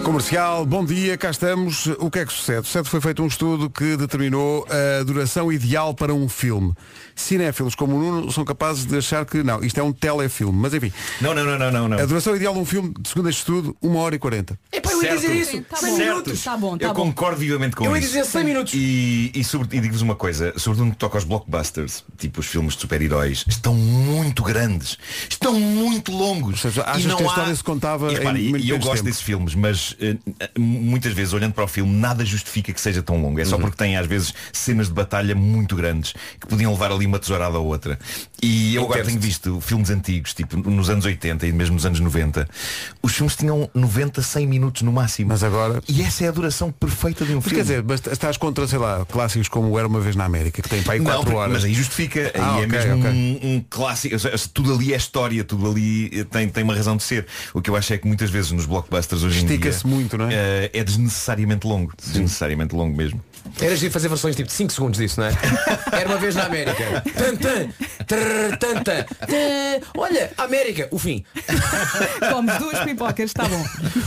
Speaker 1: Comercial, bom dia, cá estamos. O que é que sucede? Sucede que foi feito um estudo que determinou a duração ideal para um filme. Cinéfilos como o Nuno são capazes de achar que não, isto é um telefilme. Mas enfim,
Speaker 2: Não, não, não, não, não. não.
Speaker 1: a duração ideal de um filme, segundo este estudo, 1 hora e 40.
Speaker 8: É para eu ia dizer isso.
Speaker 4: Sim, tá
Speaker 8: 100
Speaker 4: bom.
Speaker 8: minutos.
Speaker 4: Tá bom, tá
Speaker 2: eu
Speaker 4: bom.
Speaker 2: concordo vivamente com
Speaker 8: Eu ia
Speaker 2: isso.
Speaker 8: dizer 100 minutos.
Speaker 2: E, e, sobre- e digo-vos uma coisa, sobretudo no que toca aos blockbusters, tipo os filmes de super-heróis, estão muito grandes, estão muito longos.
Speaker 1: Ou seja, achas
Speaker 2: e não
Speaker 1: que a
Speaker 2: há-
Speaker 1: história se contava
Speaker 2: e, repara,
Speaker 1: em
Speaker 2: e-
Speaker 1: muito
Speaker 2: e eu
Speaker 1: menos
Speaker 2: gosto
Speaker 1: tempo.
Speaker 2: desses filmes, mas eh, muitas vezes olhando para o filme nada justifica que seja tão longo. É só
Speaker 1: Uhum.
Speaker 2: porque tem às vezes cenas de batalha muito grandes que podiam levar ali uma tesourada ou outra. E eu agora
Speaker 8: Entendo-te.
Speaker 2: tenho visto filmes antigos, tipo nos anos 80 e mesmo nos anos 90, os filmes tinham 90, 100 minutos no máximo.
Speaker 1: Mas agora-
Speaker 2: E essa é a duração perfeita de um
Speaker 1: Mas
Speaker 2: filme.
Speaker 1: quer dizer, mas estás contra, sei lá, clássicos como Era Uma Vez na América, que tem para aí
Speaker 2: Não,
Speaker 1: 4
Speaker 2: porque-
Speaker 1: horas.
Speaker 2: mas aí justifica, aí
Speaker 1: Ah,
Speaker 2: é
Speaker 1: ok,
Speaker 2: mesmo
Speaker 1: ok.
Speaker 2: Um, um clássico, ou seja, tudo ali é história, tudo ali eh, tem, tem uma razão de ser. O que eu acho é que muitas vezes nos blockbusters hoje em dia
Speaker 1: Estica-se muito, não é?
Speaker 2: eh, é desnecessariamente longo, desnecessariamente longo mesmo.
Speaker 8: Era giro fazer versões tipo de 5 segundos disso, não é? Era uma vez na América. Tantã, trrr, tantã, tã. Olha, América, o fim.
Speaker 4: Comes duas pipocas, está bom.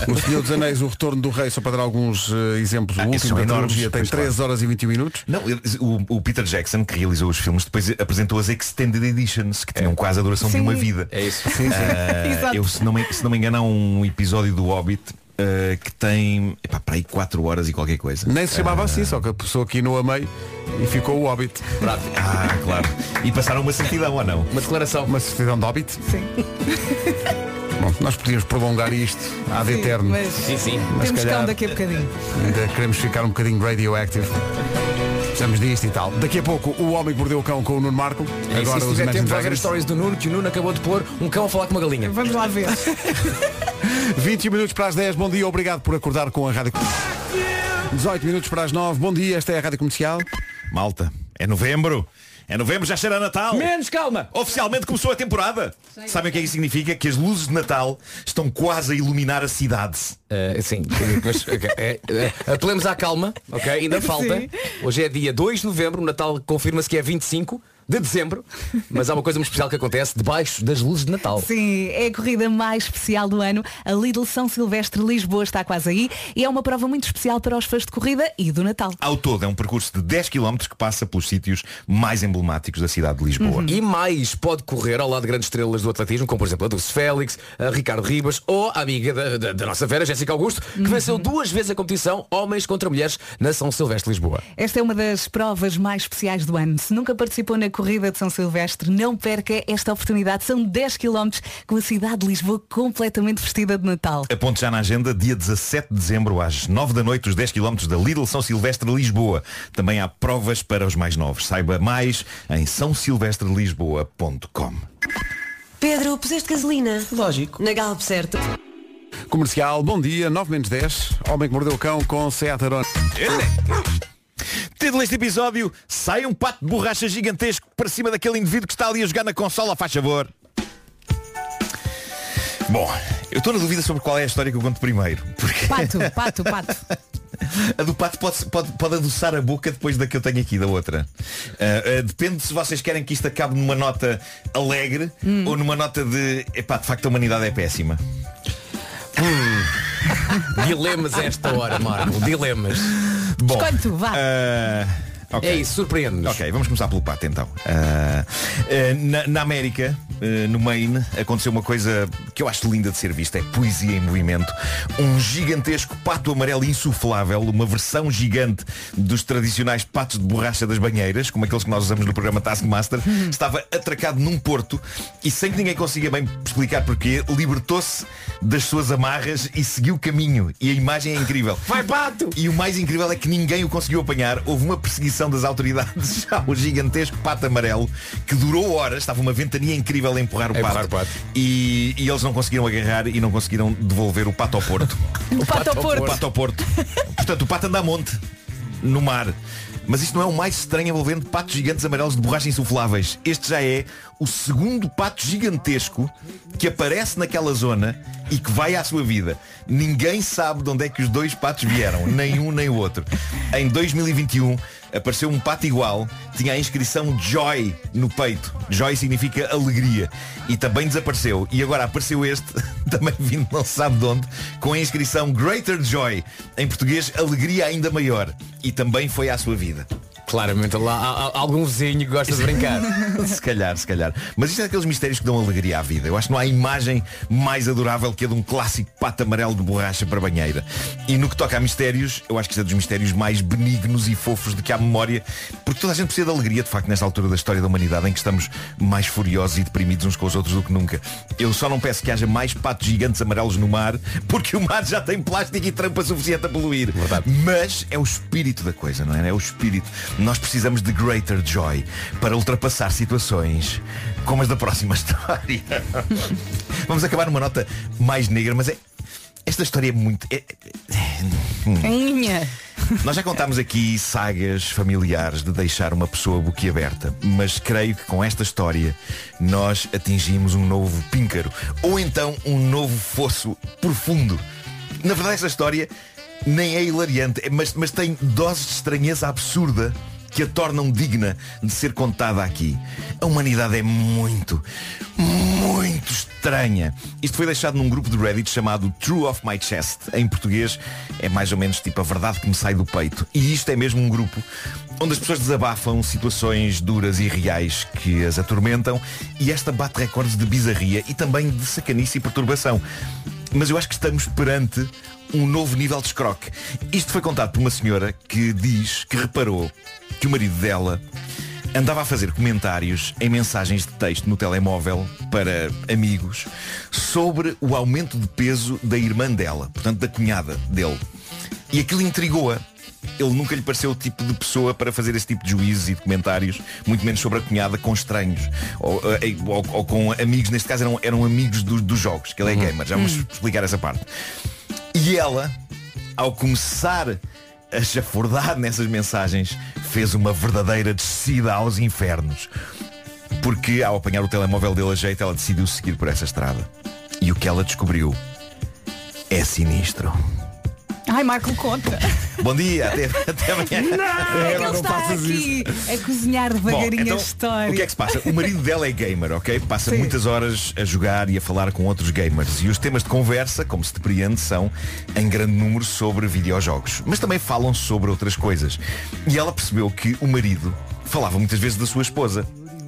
Speaker 1: O Senhor dos Anéis, o Retorno do Rei, só para dar alguns eh, exemplos, o
Speaker 2: esses
Speaker 1: último
Speaker 2: Ah, são
Speaker 1: da
Speaker 2: enormes,
Speaker 1: trilogia tem
Speaker 2: pois
Speaker 1: 3 horas e 20 minutos.
Speaker 2: Não, ele- o, o Peter Jackson, que realizou os filmes, depois apresentou as Extended Editions, que
Speaker 1: É.
Speaker 2: tinham quase a duração
Speaker 4: Sim.
Speaker 2: de uma vida.
Speaker 8: É isso.
Speaker 2: Ah,
Speaker 4: Exato.
Speaker 2: eu, se não, me, se não me engano, há um episódio do Hobbit ah, que tem epá, para aí 4 horas e qualquer coisa.
Speaker 1: Nem se chamava assim, só que a pessoa aqui no amei e ficou o Hobbit.
Speaker 8: Bravo.
Speaker 2: Ah, claro. E passaram uma certidão ou não?
Speaker 8: Uma declaração.
Speaker 1: Uma certidão de Hobbit.
Speaker 4: Sim.
Speaker 1: Bom, nós podíamos prolongar isto ad
Speaker 4: Sim,
Speaker 1: eterno.
Speaker 4: Mas
Speaker 8: Sim, sim.
Speaker 1: Mas
Speaker 4: temos
Speaker 1: calhar-
Speaker 4: cão daqui a bocadinho.
Speaker 1: Ainda queremos ficar um bocadinho radioactive. Precisamos disto e tal. Daqui a pouco, o homem que mordeu o cão com o Nuno Marco.
Speaker 8: E se
Speaker 1: É Agora os
Speaker 8: tiver tempo
Speaker 1: Imagine
Speaker 8: vai ver as
Speaker 1: Dragons.
Speaker 8: stories do Nuno, que o Nuno acabou de pôr um cão a falar com uma galinha.
Speaker 4: Vamos lá ver.
Speaker 1: 20 um minutos para as 10, bom dia, obrigado por acordar com a Rádio 18 minutos para as 9, bom dia, esta é a Rádio Comercial.
Speaker 2: Malta, é novembro. É novembro, já cheira a Natal.
Speaker 8: Menos calma!
Speaker 2: Oficialmente começou a temporada. Sabem o que é que isso significa? Que as luzes de Natal estão quase a iluminar a cidade.
Speaker 8: Ah, sim, mas ok, é, é, apelemos à calma, ok? Ainda falta.
Speaker 4: Sim.
Speaker 8: Hoje é dia 2 de novembro, o Natal confirma-se que é 25 de dezembro, mas há uma coisa muito especial que acontece debaixo das luzes de Natal.
Speaker 4: Sim, é a corrida mais especial do ano. A Lidl São Silvestre Lisboa está quase aí e é uma prova muito especial para os fãs de corrida e do Natal.
Speaker 2: Ao todo, é um percurso de 10 km que passa pelos sítios mais emblemáticos da cidade de Lisboa.
Speaker 8: E mais pode correr ao lado de grandes estrelas do atletismo, como por exemplo a Dulce Félix, a Ricardo Ribas ou a amiga da, da- da nossa Vera, Jéssica Augusto, que venceu duas vezes a competição Homens contra Mulheres na São Silvestre de Lisboa.
Speaker 4: Esta é uma das provas mais especiais do ano. Se nunca participou na corrida de São Silvestre, não perca esta oportunidade. São 10 km com a cidade de Lisboa completamente vestida de Natal.
Speaker 2: Aponte já na agenda, dia 17 de dezembro, às 9 da noite, os 10 km da Lidl São Silvestre Lisboa. Também há provas para os mais novos. Saiba mais em sãosilvestrelisboa.com.
Speaker 9: Pedro, puseste gasolina? Lógico. Na Galp, certo?
Speaker 1: Comercial, bom dia, 9 menos 10, homem que mordeu o cão com Seat Arona.
Speaker 2: Título deste episódio, sai um pato de borracha gigantesco para cima daquele indivíduo que está ali a jogar na consola, faz favor. Bom, eu estou na dúvida sobre qual é a história que eu conto primeiro. Porque
Speaker 4: Pato, pato, pato.
Speaker 2: a do pato pode, pode, pode adoçar a boca depois da que eu tenho aqui, da outra. Ah, ah, depende se vocês querem que isto acabe numa nota alegre
Speaker 8: Hum.
Speaker 2: ou numa nota de. Epá, de facto a humanidade é péssima.
Speaker 8: Dilemas a esta hora, Marco. Dilemas.
Speaker 2: Bom,
Speaker 4: Escolhe tu, vá.
Speaker 2: ah, ok.
Speaker 8: É isso, surpreende-nos.
Speaker 2: Ok, vamos começar pelo pato então. Ah, ah, na, na América, ah, no Maine, aconteceu uma coisa que eu acho linda de ser vista, é poesia em movimento. Um gigantesco pato amarelo insuflável, uma versão gigante dos tradicionais patos de borracha das banheiras, como aqueles que nós usamos no programa Taskmaster, estava atracado num porto e sem que ninguém consiga bem explicar porquê, libertou-se das suas amarras e seguiu o caminho. E a imagem é incrível.
Speaker 8: Vai, pato!
Speaker 2: E o mais incrível é que ninguém o conseguiu apanhar. Houve uma perseguição das autoridades ao gigantesco pato amarelo que durou horas. Estava uma ventania incrível a empurrar o
Speaker 8: A
Speaker 2: pato.
Speaker 8: empurrar o pato.
Speaker 2: E, e eles não conseguiram agarrar e não conseguiram devolver o pato ao porto.
Speaker 4: O pato ao
Speaker 2: O
Speaker 4: porto.
Speaker 2: pato ao porto. Portanto, o pato anda a monte, no mar. Mas isto não é o mais estranho envolvendo patos gigantes amarelos de borracha insufláveis. Este já é o segundo pato gigantesco que aparece naquela zona e que vai à sua vida. Ninguém sabe de onde é que os dois patos vieram, nem um nem o outro. Em 2021, apareceu um pato igual, tinha a inscrição Joy no peito. Joy significa alegria. E também desapareceu. E agora apareceu este, também vindo não se sabe de onde, com a inscrição Greater Joy. Em português, alegria ainda maior. E também foi à sua vida.
Speaker 8: Claramente, lá há, há algum vizinho que gosta de brincar.
Speaker 2: se calhar, se calhar. Mas isto é daqueles mistérios que dão alegria à vida. Eu acho que não há imagem mais adorável que a de um clássico pato amarelo de borracha para banheira. E no que toca a mistérios, eu acho que isto é dos mistérios mais benignos e fofos de que há memória, porque toda a gente precisa de alegria, de facto, nesta altura da história da humanidade, em que estamos mais furiosos e deprimidos uns com os outros do que nunca. Eu só não peço que haja mais patos gigantes amarelos no mar, porque o mar já tem plástico e trampa suficiente a poluir.
Speaker 8: Verdade.
Speaker 2: Mas é o espírito da coisa, não é? É o espírito. Nós precisamos de greater joy para ultrapassar situações como as da próxima história. Vamos acabar numa nota mais negra, mas é. Esta história é muito. é- é- hum.
Speaker 4: Minha.
Speaker 2: Nós já contámos aqui sagas familiares de deixar uma pessoa boquiaberta, mas creio que com esta história nós atingimos um novo píncaro, ou então um novo fosso profundo. Na verdade, esta história nem é hilariante, é- mas, mas tem doses de estranheza absurda que a tornam digna de ser contada aqui. A humanidade é muito, muito estranha. Isto foi deixado num grupo de Reddit chamado True of My Chest. Em português é mais ou menos tipo a verdade que me sai do peito. E isto é mesmo um grupo onde as pessoas desabafam situações duras e reais que as atormentam e esta bate recordes de bizarria e também de sacanice e perturbação. Mas eu acho que estamos perante um novo nível de escroque. Isto foi contado por uma senhora que diz que reparou que o marido dela andava a fazer comentários em mensagens de texto no telemóvel para amigos sobre o aumento de peso da irmã dela, portanto da cunhada dele. E aquilo intrigou-a. Ele nunca lhe pareceu o tipo de pessoa para fazer esse tipo de juízes e de comentários, muito menos sobre a cunhada com estranhos. Ou, eh, ou- ou com amigos, neste caso eram, eram amigos do- dos jogos, que ele é gamer, já vamos explicar essa parte. E ela, ao começar a chafurdar nessas mensagens, fez uma verdadeira descida aos infernos. Porque ao apanhar o telemóvel dele a jeito, ela decidiu seguir por essa estrada. E o que ela descobriu é sinistro.
Speaker 4: Ai, Marco, conta.
Speaker 2: Bom dia, até, até amanhã.
Speaker 4: é que ele está aqui a cozinhar devagarinho
Speaker 2: Bom, então,
Speaker 4: a história.
Speaker 2: O que é que se passa? O marido dela é gamer, ok? Passa
Speaker 4: Sim.
Speaker 2: muitas horas a jogar e a falar com outros gamers. E os temas de conversa, como se depreende, são em grande número sobre videojogos. Mas também falam sobre outras coisas. E ela percebeu que o marido falava muitas vezes da sua esposa.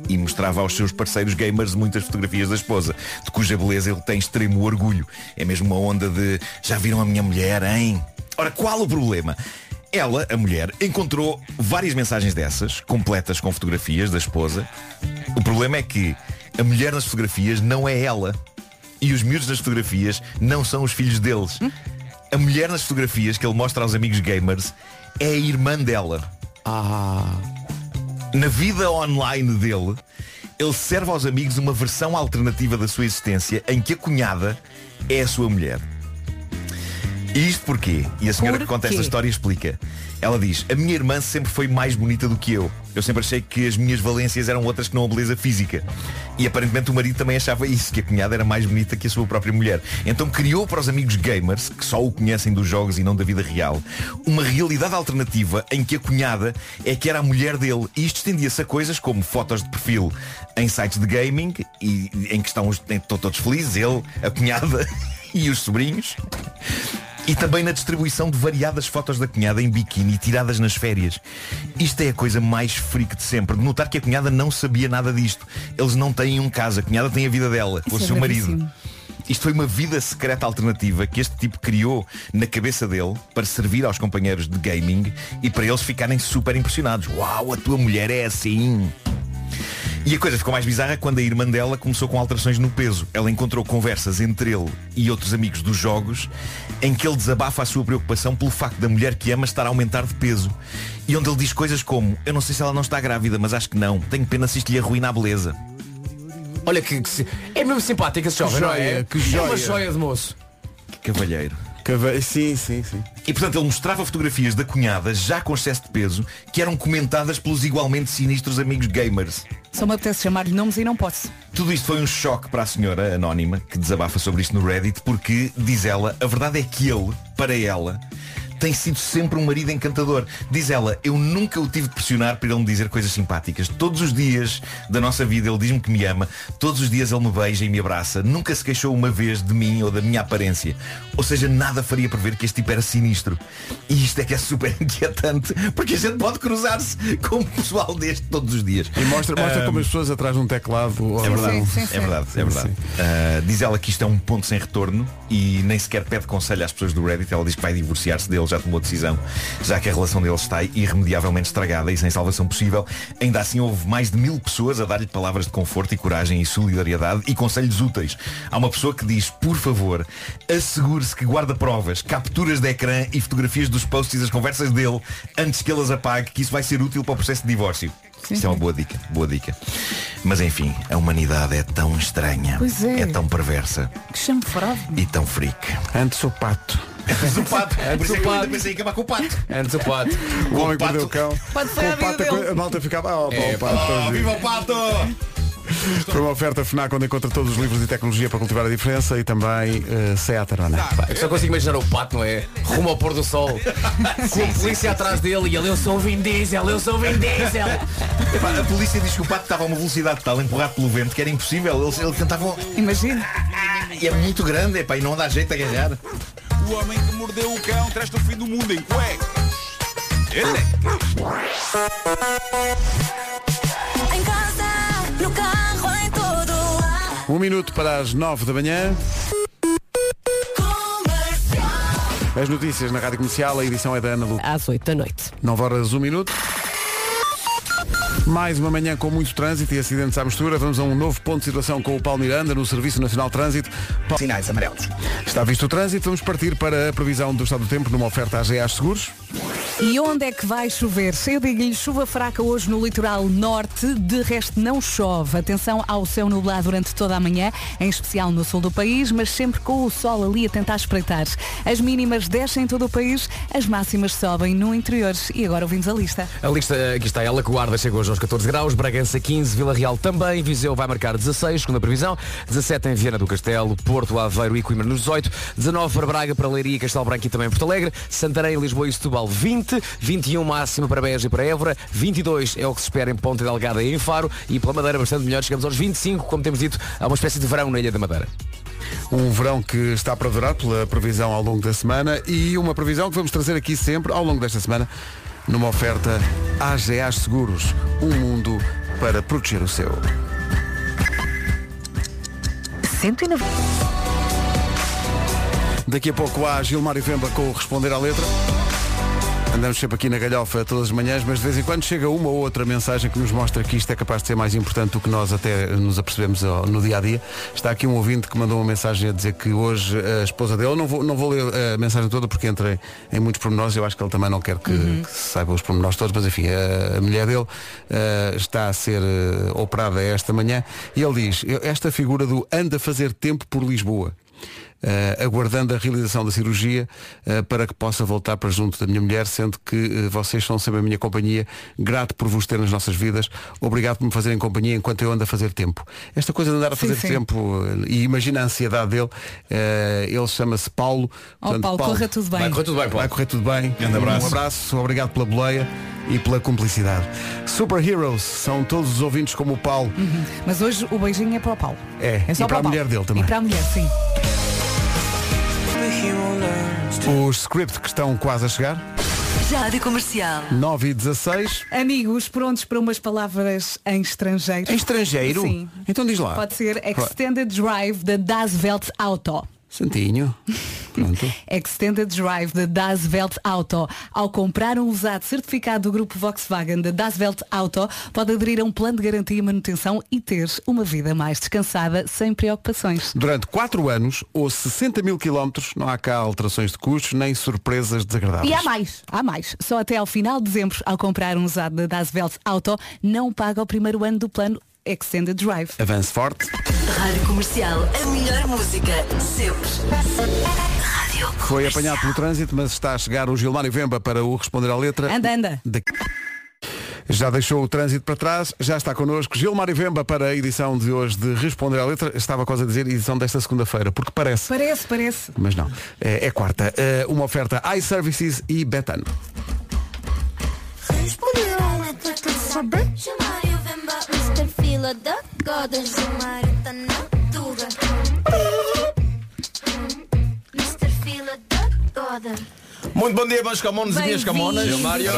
Speaker 2: E mostrava aos seus parceiros gamers muitas fotografias da esposa, de cuja beleza ele tem extremo orgulho. É mesmo uma onda de já viram a minha mulher, hein? Ora, qual o problema? Ela, a mulher, encontrou várias mensagens dessas, completas com fotografias da esposa. O problema é que a mulher nas fotografias não é ela. E os miúdos nas fotografias não são os filhos deles. A mulher nas fotografias que ele mostra aos amigos gamers é a irmã dela na vida online dele, ele serve aos amigos uma versão alternativa da sua existência em que a cunhada é a sua mulher. E isto porquê? E a senhora que conta
Speaker 4: Porquê?
Speaker 2: esta história explica. Ela diz, a minha irmã sempre foi mais bonita do que eu. Eu sempre achei que as minhas valências eram outras que não a beleza física. E aparentemente o marido também achava isso, que a cunhada era mais bonita que a sua própria mulher. Então criou para os amigos gamers, que só o conhecem dos jogos e não da vida real, uma realidade alternativa em que a cunhada é que era a mulher dele. E isto estendia-se a coisas como fotos de perfil em sites de gaming, e em que estão, os- estão todos felizes, ele, a cunhada e os sobrinhos. E também na distribuição de variadas fotos da cunhada em biquíni tiradas nas férias. Isto é a coisa mais freak de sempre. De notar que a cunhada não sabia nada disto. Eles não têm um caso. A cunhada tem a vida dela, com o
Speaker 4: Isso é
Speaker 2: seu marido.
Speaker 4: gravíssimo.
Speaker 2: Isto foi uma vida secreta alternativa que este tipo criou na cabeça dele para servir aos companheiros de gaming e para eles ficarem super impressionados. Uau, a tua mulher é assim! E a coisa ficou mais bizarra quando a irmã dela começou com alterações no peso. Ela encontrou conversas entre ele e outros amigos dos jogos em que ele desabafa a sua preocupação pelo facto da mulher que ama estar a aumentar de peso. E onde ele diz coisas como Eu não sei se ela não está grávida, mas acho que não. Tenho pena se isto lhe arruina a beleza.
Speaker 8: Olha que, que se- é mesmo simpático esse jovem, não é?
Speaker 1: joia, que
Speaker 8: É
Speaker 1: joia.
Speaker 8: uma joia de moço.
Speaker 2: Cavalheiro.
Speaker 1: Cava- Sim, sim, sim.
Speaker 2: E portanto ele mostrava fotografias da cunhada já com excesso de peso que eram comentadas pelos igualmente sinistros amigos gamers.
Speaker 4: Só me apetece chamar-lhe nomes e não posso.
Speaker 2: Tudo isto foi um choque para a senhora anónima que desabafa sobre isto no Reddit porque, diz ela, a verdade é que ele, para ela, tem sido sempre um marido encantador. Diz ela, eu nunca o tive de pressionar para ele me dizer coisas simpáticas. Todos os dias da nossa vida ele diz-me que me ama, todos os dias ele me beija e me abraça. Nunca se queixou uma vez de mim ou da minha aparência. Ou seja, nada faria prever que este tipo era sinistro. E isto é que é super inquietante, porque a gente pode cruzar-se com o pessoal deste todos os dias.
Speaker 1: E mostra, mostra
Speaker 2: Ah,
Speaker 1: como as pessoas atrás de um teclado. ou-
Speaker 2: é verdade,
Speaker 4: sim, sim, sim.
Speaker 2: é verdade, é verdade. Ah, diz ela que isto é um ponto sem retorno e nem sequer pede conselho às pessoas do Reddit. Ela diz que vai divorciar-se dele, já tomou a decisão, já que a relação deles está irremediavelmente estragada e sem salvação possível. Ainda assim houve mais de mil pessoas a dar-lhe palavras de conforto e coragem e solidariedade e conselhos úteis. Há uma pessoa que diz, por favor, assegure-se que guarda provas, capturas de ecrã e fotografias dos posts e das conversas dele antes que ele as apague, que isso vai ser útil para o processo de divórcio. Isto é uma boa dica, boa dica. Mas enfim, a humanidade é tão estranha,
Speaker 4: Pois é.
Speaker 2: tão perversa
Speaker 4: Que chame fraude.
Speaker 2: e tão freak.
Speaker 1: Antes o pato.
Speaker 2: Antes o pato, por
Speaker 8: Antes
Speaker 2: isso
Speaker 8: o
Speaker 2: é que eu
Speaker 8: pato.
Speaker 2: ainda pensei em acabar com o pato.
Speaker 8: Antes o pato.
Speaker 1: O homem que
Speaker 2: pato-
Speaker 1: perdeu o cão.
Speaker 4: Pode ser
Speaker 1: Com
Speaker 4: a
Speaker 1: o
Speaker 4: vida
Speaker 1: pato, a
Speaker 4: dele.
Speaker 1: co- a malta ficava. Ah, ó, pá, o pato,
Speaker 2: Oh, viva o pato!
Speaker 1: Foi uma oferta FNAC onde encontra todos os livros e tecnologia para cultivar a diferença e também eh, Seat Arona.
Speaker 8: Pá, eu só consigo imaginar o pato, não é? Rumo ao pôr do sol. com a polícia atrás dele e ele, eu sou o Vin Diesel, eu sou o Vin Diesel.
Speaker 2: Epá, a polícia diz que o pato estava a uma velocidade tal, empurrado pelo vento, que era impossível. Eles, eles tentavam.
Speaker 4: Imagina.
Speaker 2: E é muito grande, epá, e não dá jeito a agarrar.
Speaker 5: O homem que mordeu o cão traz o fim do mundo em cuecas. é
Speaker 7: Em casa, no carro, em todo lado.
Speaker 1: Um minuto para as nove da manhã.
Speaker 7: Comercial.
Speaker 1: As notícias na Rádio Comercial, a edição é da Ana Lu.
Speaker 9: Às 8 da noite.
Speaker 1: 9 horas, 1 minuto. Mais uma manhã com muito trânsito e acidentes à mistura. Vamos a um novo ponto de situação com o Paulo Miranda no Serviço Nacional de Trânsito. Pa-
Speaker 3: Sinais amarelos.
Speaker 1: Está visto o trânsito, vamos partir para a previsão do estado do tempo numa oferta à GA Seguros.
Speaker 4: E onde é que vai chover? Eu digo-lhe chuva fraca hoje no litoral norte, de resto não chove. Atenção ao céu nublado durante toda a manhã, em especial no sul do país, mas sempre com o sol ali a tentar espreitar. As mínimas descem em todo o país, as máximas sobem no interior. E agora ouvimos a lista.
Speaker 8: A lista, aqui está ela, que guarda chegou hoje aos 14 graus, Bragança 15, Vila Real também, Viseu vai marcar 16, segunda previsão, 17 em Viana do Castelo, Porto, Aveiro e Coimbra nos 18, 19 para Braga, para Leiria, Castelo Branco e também Porto Alegre, Santarém, Lisboa e Setúbal 20, 21 máxima para Beja e para Évora, 22 é o que se espera em Ponta Delgada e em Faro e pela Madeira bastante melhor, chegamos aos 25, como temos dito, há uma espécie de verão na Ilha da Madeira.
Speaker 1: Um verão que está para durar pela previsão ao longo da semana e uma previsão que vamos trazer aqui sempre ao longo desta semana numa oferta à GA Seguros. Um mundo para proteger o seu.
Speaker 4: 190.
Speaker 1: Daqui a pouco há Gilmário Vemba com o Responder à Letra. Andamos sempre aqui na galhofa todas as manhãs, mas de vez em quando chega uma ou outra mensagem que nos mostra que isto é capaz de ser mais importante do que nós até nos apercebemos ó, no dia a dia. Está aqui um ouvinte que mandou uma mensagem a dizer que hoje a esposa dele, eu não vou, não vou ler a mensagem toda porque entrei em muitos pormenores, eu acho que ele também não quer que, que se saiba os pormenores todos, mas enfim, a, a mulher dele eh, está a ser eh, operada esta manhã e ele diz, "Eu- esta figura do anda a fazer tempo por Lisboa. Eh, aguardando a realização da cirurgia eh, para que possa voltar para junto da minha mulher, sendo que eh, vocês são sempre a minha companhia, grato por vos ter nas nossas vidas, obrigado por me fazerem companhia enquanto eu ando a fazer tempo. Esta coisa de andar a
Speaker 4: Sim,
Speaker 1: fazer
Speaker 4: sim.
Speaker 1: tempo, eh, e imagina a ansiedade dele, eh, ele chama-se Paulo.
Speaker 4: Oh Paulo, corra tudo bem.
Speaker 8: Vai correr tudo bem,
Speaker 1: Vai
Speaker 8: Paulo.
Speaker 1: correr tudo bem.
Speaker 2: Grande abraço.
Speaker 1: Um abraço, obrigado pela boleia e pela cumplicidade. Superheroes são todos os ouvintes como o Paulo.
Speaker 4: Mas hoje o beijinho Uhum. é para o Paulo.
Speaker 1: É, e para a
Speaker 4: o Paulo.
Speaker 1: mulher dele também.
Speaker 4: E para a mulher, sim.
Speaker 1: Os scripts que estão quase a chegar,
Speaker 9: Já de comercial.
Speaker 1: 9 e 16.
Speaker 4: Amigos, prontos para umas palavras em estrangeiro?
Speaker 1: Em estrangeiro?
Speaker 4: Sim.
Speaker 1: Então diz lá.
Speaker 4: Pode ser Extended Drive da Das Welt Auto.
Speaker 1: Santinho. Pronto.
Speaker 4: Extended Drive da Das Welt Auto. Ao comprar um usado certificado do grupo Volkswagen da Das Welt Auto, pode aderir a um plano de garantia e manutenção e ter uma vida mais descansada, sem preocupações.
Speaker 1: Durante 4 anos ou 60 mil quilómetros, não há cá alterações de custos nem surpresas desagradáveis.
Speaker 4: E há mais, há mais. Só até ao final de dezembro, ao comprar um usado da Das Welt Auto, não paga o primeiro ano do plano Extended Drive.
Speaker 1: Avance forte.
Speaker 9: Rádio Comercial, a melhor música sempre. Rádio
Speaker 1: Foi apanhado pelo trânsito, mas está a chegar o Gilmário Vemba para o responder à letra.
Speaker 4: Anda, anda.
Speaker 1: Daqui- Já deixou o trânsito para trás, já está connosco Gilmário Vemba para a edição de hoje de Responder à Letra. Estava quase a dizer edição desta segunda-feira, porque parece,
Speaker 4: Parece, parece.
Speaker 1: mas não. É, é quarta. Eh, uma oferta iServices e Betano.
Speaker 7: Respondeu à letra que saber. Chamário Vemba, Mr. Fila da Goda. Chamário tá na Tuga. Mr. Fila da Goda.
Speaker 2: Muito bom dia, meus camões e minhas
Speaker 4: Bem-vindo.
Speaker 2: camonas.
Speaker 8: Gilmário.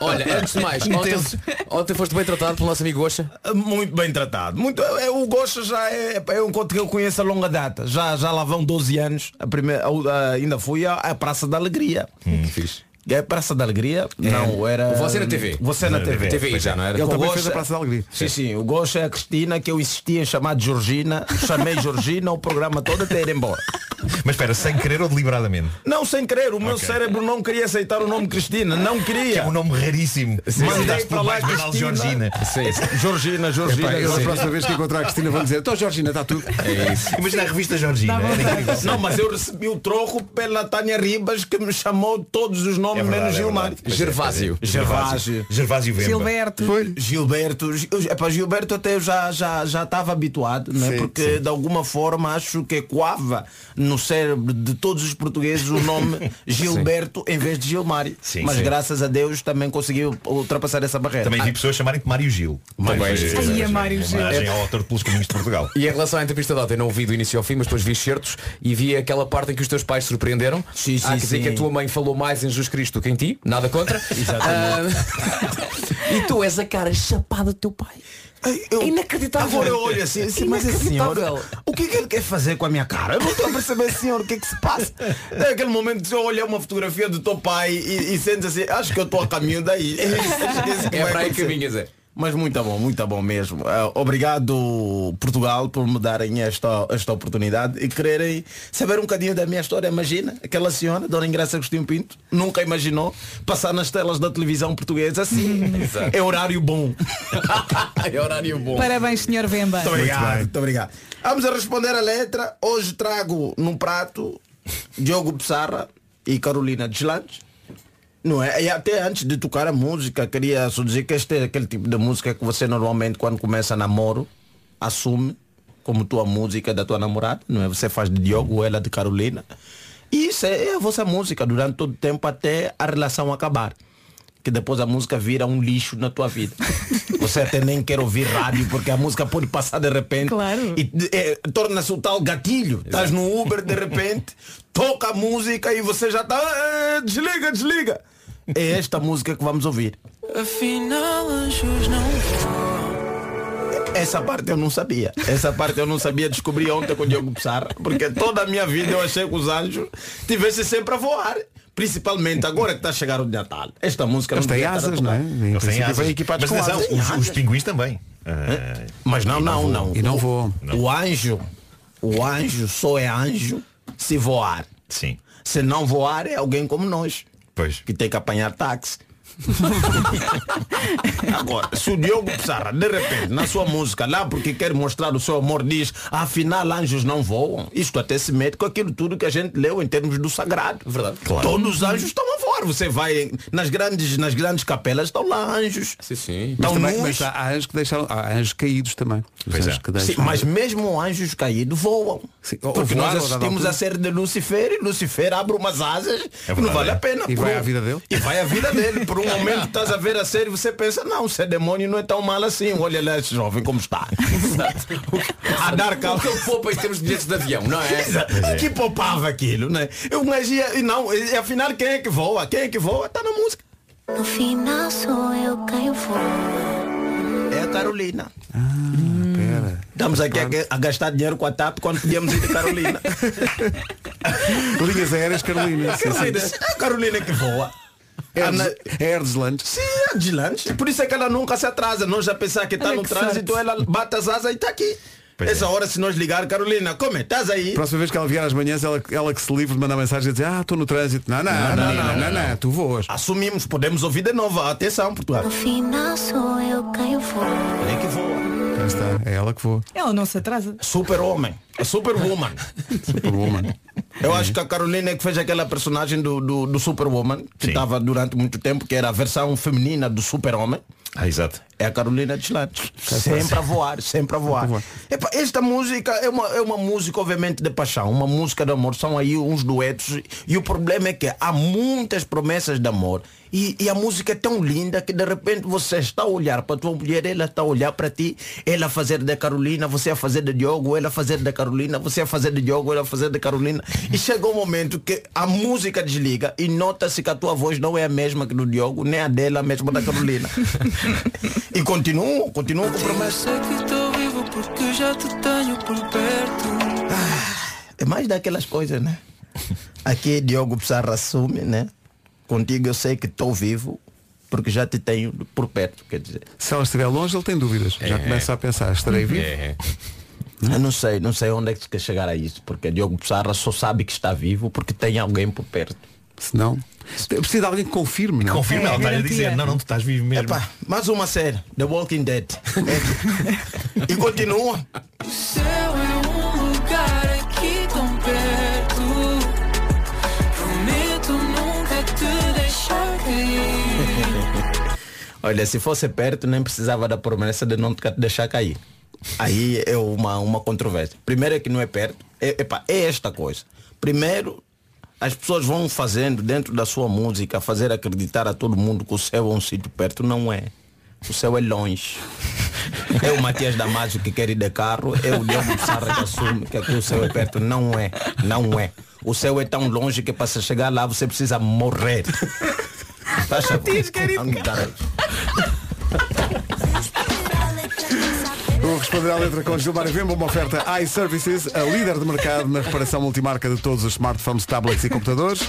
Speaker 8: Olha, antes de mais, ontem,
Speaker 2: Intenso.
Speaker 8: ontem foste bem tratado pelo nosso amigo Gocha.
Speaker 2: Muito bem tratado. Muito, é, o Gosta já é, é um conto que eu conheço a longa data. Já, já lá vão 12 anos. A primeira, a- a- ainda fui à, à Praça da Alegria. É Praça da Alegria? Não, era.
Speaker 8: Você na TV.
Speaker 3: é
Speaker 2: Você na TV.
Speaker 8: TV já, não era?
Speaker 2: Eu
Speaker 1: Ele também
Speaker 2: gosto-
Speaker 1: fez a Praça da Alegria.
Speaker 2: Sim, sim. O Gosta é a Cristina que eu insistia em chamar de Georgina. Chamei Georgina o programa todo até ir embora.
Speaker 3: Mas espera, sem querer ou deliberadamente?
Speaker 2: Não, sem querer. O meu
Speaker 3: Ok.
Speaker 2: cérebro não queria aceitar o nome Cristina. Não
Speaker 3: Que é
Speaker 2: queria.
Speaker 3: um nome raríssimo. Mandaste
Speaker 2: para
Speaker 3: pelo
Speaker 2: lá,
Speaker 3: mais banal
Speaker 2: Cristina.
Speaker 3: Georgina.
Speaker 2: Georgina, Georgina.
Speaker 1: Pá, eu a
Speaker 2: Georgina.
Speaker 1: próxima vez que encontrar a Cristina vão dizer, então Georgina, está tudo.
Speaker 3: Imagina a revista Georgina.
Speaker 4: Dá
Speaker 3: Era
Speaker 4: vontade.
Speaker 3: incrível.
Speaker 2: Não, mas eu recebi o troco pela Tânia Ribas que me chamou todos os nomes
Speaker 3: É verdade,
Speaker 2: menos
Speaker 3: é
Speaker 2: Gilmar.
Speaker 3: verdade.
Speaker 8: Gervásio.
Speaker 2: Gervásio.
Speaker 3: Gervásio Vemba.
Speaker 4: Gilberto.
Speaker 2: Gilberto, é para Gilberto até eu já já já estava habituado, né? Porque de alguma forma acho que coava no cérebro de todos os portugueses o nome Gilberto em vez de Gilmar.
Speaker 3: Sim,
Speaker 2: Mas
Speaker 3: sim.
Speaker 2: graças a Deus também consegui ultrapassar essa barreira.
Speaker 3: Também vi pessoas chamarem-te Mário Gil.
Speaker 8: Também.
Speaker 3: Mas,
Speaker 8: Ai,
Speaker 4: é
Speaker 3: eh,
Speaker 4: Mário
Speaker 3: em
Speaker 4: Gil.
Speaker 3: Homenagem ao autor de Pelos Caminhos de Portugal.
Speaker 8: E em relação à entrevista de ontem, não ouvi do início ao fim, mas depois vi certos e vi aquela parte em que os teus pais te surpreenderam.
Speaker 2: Sim, sim,
Speaker 8: Há que dizer
Speaker 2: sim.
Speaker 8: que a tua mãe falou mais em Jesus Cristo do que em ti, nada contra. Ah, e tu és a cara chapada do teu pai.
Speaker 2: Ai, eu-
Speaker 8: É inacreditável.
Speaker 2: Agora eu olho assim, assim mas esse senhor,
Speaker 8: Inacreditável.
Speaker 2: o que é que ele quer fazer com a minha cara? Eu não estou a perceber, senhor, o que é que se passa? Naquele momento, eu olhar é uma fotografia do teu pai e, e sentes assim, acho que eu estou a caminho daí. Esquece que
Speaker 8: É
Speaker 2: vai
Speaker 8: para aí que
Speaker 2: acontecer.
Speaker 8: vinhas, é.
Speaker 2: Mas muito bom, muito bom mesmo. Ah, Obrigado, Portugal, por me darem esta, esta oportunidade e quererem saber um bocadinho da minha história. Imagina, aquela senhora, Dona Ingrácia Agostinho Pinto, nunca imaginou passar nas telas da televisão portuguesa assim. é horário bom.
Speaker 8: é horário bom.
Speaker 4: Parabéns, senhor Vemba.
Speaker 2: Muito obrigado, muito obrigado. Vamos a responder a letra. Hoje trago num prato Diogo Pissarra e Carolina Deslandes. Não é? E até antes de tocar a música, queria só dizer que este é aquele tipo de música que você normalmente, quando começa namoro, assume como tua música da tua namorada, não é? Você faz de Diogo ou ela de Carolina. E isso é a vossa música durante todo o tempo até a relação acabar. Que depois a música vira um lixo na tua vida. Você até nem quer ouvir rádio porque a música pode passar de repente
Speaker 4: Claro.
Speaker 2: e de- é, torna-se o tal gatilho. Estás no Uber de repente, toca a música e você já está. Desliga, desliga. É esta música que vamos ouvir. Essa parte eu não sabia. Essa parte eu não sabia. Descobri ontem com o Diogo Pissarra. Porque toda a minha vida eu achei que os anjos tivessem sempre a voar. Principalmente agora que está a chegar o Natal. Esta música
Speaker 1: Eles têm
Speaker 2: devia estar a
Speaker 1: asas, não
Speaker 2: tocar.
Speaker 1: é? Em
Speaker 3: Eles têm
Speaker 1: princípio,
Speaker 3: asas.
Speaker 1: vêm equipados
Speaker 3: Mas
Speaker 1: com
Speaker 3: atenção,
Speaker 1: asas.
Speaker 3: os, os pinguins também. Ah,
Speaker 2: Mas não, não, não.
Speaker 1: E não voam.
Speaker 2: O anjo, o anjo só é anjo se voar.
Speaker 3: sim.
Speaker 2: Se não voar é alguém como nós,
Speaker 3: Pois.
Speaker 2: que tem que apanhar táxi. Agora, se o Diogo Pissarra, de repente, na sua música, lá porque quer mostrar o seu amor, diz, afinal anjos não voam, isto até se mete com aquilo tudo que a gente leu em termos do sagrado. Verdade. Todos os anjos estão a voar. Você vai nas grandes, nas grandes capelas, estão lá anjos.
Speaker 8: Sim, sim.
Speaker 1: Mas,
Speaker 2: Estão
Speaker 1: também,
Speaker 2: nus.
Speaker 1: mas há, há anjos que deixaram, há anjos caídos também. Os
Speaker 3: Pois é.
Speaker 1: anjos que
Speaker 2: Sim,
Speaker 1: deixam-
Speaker 2: mas mesmo anjos caídos voam.
Speaker 1: Sim, ou- ou
Speaker 2: Porque
Speaker 1: voaram a
Speaker 2: nós
Speaker 1: dada
Speaker 2: assistimos
Speaker 1: altura.
Speaker 2: a série de Lucifer e Lucifer abre umas asas
Speaker 3: verdade,
Speaker 2: não vale
Speaker 3: é.
Speaker 2: a pena.
Speaker 1: E
Speaker 2: Por
Speaker 1: vai
Speaker 2: um-
Speaker 1: à vida dele?
Speaker 2: E vai a vida dele. Por um momento estás a ver a série e você pensa, não, ser demônio não é tão mal assim. Olha lá esse jovem como está. a dar
Speaker 8: O que
Speaker 2: calma.
Speaker 8: ele poupa em termos de bilhetes de avião, não é?
Speaker 2: Que poupava aquilo, né? Eu mas ia, e não, e afinal quem é que voa? Quem é que voa? Tá na música.
Speaker 7: No final sou eu quem eu vou.
Speaker 2: É a Carolina.
Speaker 1: Espera.
Speaker 2: Estamos aqui a, a gastar dinheiro com a TAP quando podíamos ir de Carolina.
Speaker 1: Linhas aéreas Carolina. sim, sim.
Speaker 2: Carolina, é a Carolina que voa. É
Speaker 1: Herdes- Herdesland.
Speaker 2: Sim, é de lanche. Por isso é que ela nunca se atrasa. Nós já pensar que está
Speaker 4: Olha
Speaker 2: no
Speaker 4: que
Speaker 2: trânsito,
Speaker 4: sorte.
Speaker 2: ela bate as asas e está aqui.
Speaker 3: Pois
Speaker 2: Essa
Speaker 3: é.
Speaker 2: hora, se nós ligar, Carolina, come, estás aí?
Speaker 1: Próxima vez que ela vier às manhãs, ela, ela que se livre de mandar mensagem e dizer, ah, estou no trânsito. Não, não, não, não, não, não, não, Ah. tu voas.
Speaker 2: Assumimos, podemos ouvir de novo. Atenção, Portugal.
Speaker 7: No final sou eu quem eu vou.
Speaker 2: É que voa.
Speaker 1: Cá está, é ela que voa.
Speaker 4: Ela não se atrasa.
Speaker 2: Super-homem. É Superwoman.
Speaker 1: Superwoman.
Speaker 2: Eu acho que a Carolina é que fez aquela personagem do, do, do Superwoman, que estava durante muito tempo, que era a versão feminina do Super-Homem.
Speaker 10: Ah, exato.
Speaker 2: É a Carolina de Lantes. Sempre a voar, sempre a voar. Epá, esta música é uma, é uma música, obviamente, de paixão, uma música de amor. São aí uns duetos. E o problema é que há muitas promessas de amor. E, e a música é tão linda que de repente você está a olhar para a tua mulher, ela está a olhar para ti, ela a fazer da Carolina, você a fazer de Diogo, ela a fazer da Carolina, você a fazer de Diogo, ela a fazer de Carolina. E chega um momento que a música desliga e nota-se que a tua voz não é a mesma que do Diogo, nem a dela, é a mesma da Carolina. E continuam, continuam com promessas.
Speaker 7: sei que estou vivo porque já te tenho por perto.
Speaker 2: É mais daquelas coisas, né? Aqui Diogo Pissarra assume, né? Contigo eu sei que estou vivo, porque já te tenho por perto, quer dizer.
Speaker 1: Se ela estiver longe, ele tem dúvidas. Já
Speaker 2: É.
Speaker 1: começa a pensar, estarei vivo?
Speaker 2: Eu não sei, não sei onde é que se quer chegar a isso, porque Diogo Pissarra só sabe que está vivo porque tem alguém por perto.
Speaker 1: Se não. Precisa de alguém que confirme, não? é?
Speaker 10: Confirme, ela está a dizer, não, não, tu estás vivo mesmo.
Speaker 2: Epá, mais uma série, The Walking Dead. e continua.
Speaker 7: O céu é um lugar aqui tão perto. Prometo nunca te deixar cair.
Speaker 2: Olha, se fosse perto, nem precisava da promessa de não te ca- deixar cair. Aí é uma, uma controvérsia. Primeiro é que não é perto. É, epá, é esta coisa. Primeiro, as pessoas vão fazendo dentro da sua música, fazer acreditar a todo mundo que o céu é um sítio perto. Não é. O céu é longe. É o Matias Damasio que quer ir de carro, é o Diogo Pissarra que assume que aqui o céu é perto. Não é, não é. O céu é tão longe que para se chegar lá você precisa morrer. Tá, Chapo? Vamos dar aí.
Speaker 1: Vou responder à letra com Gilmar Vemba, uma oferta iServices, a líder de mercado na reparação multimarca de todos os smartphones, tablets e computadores.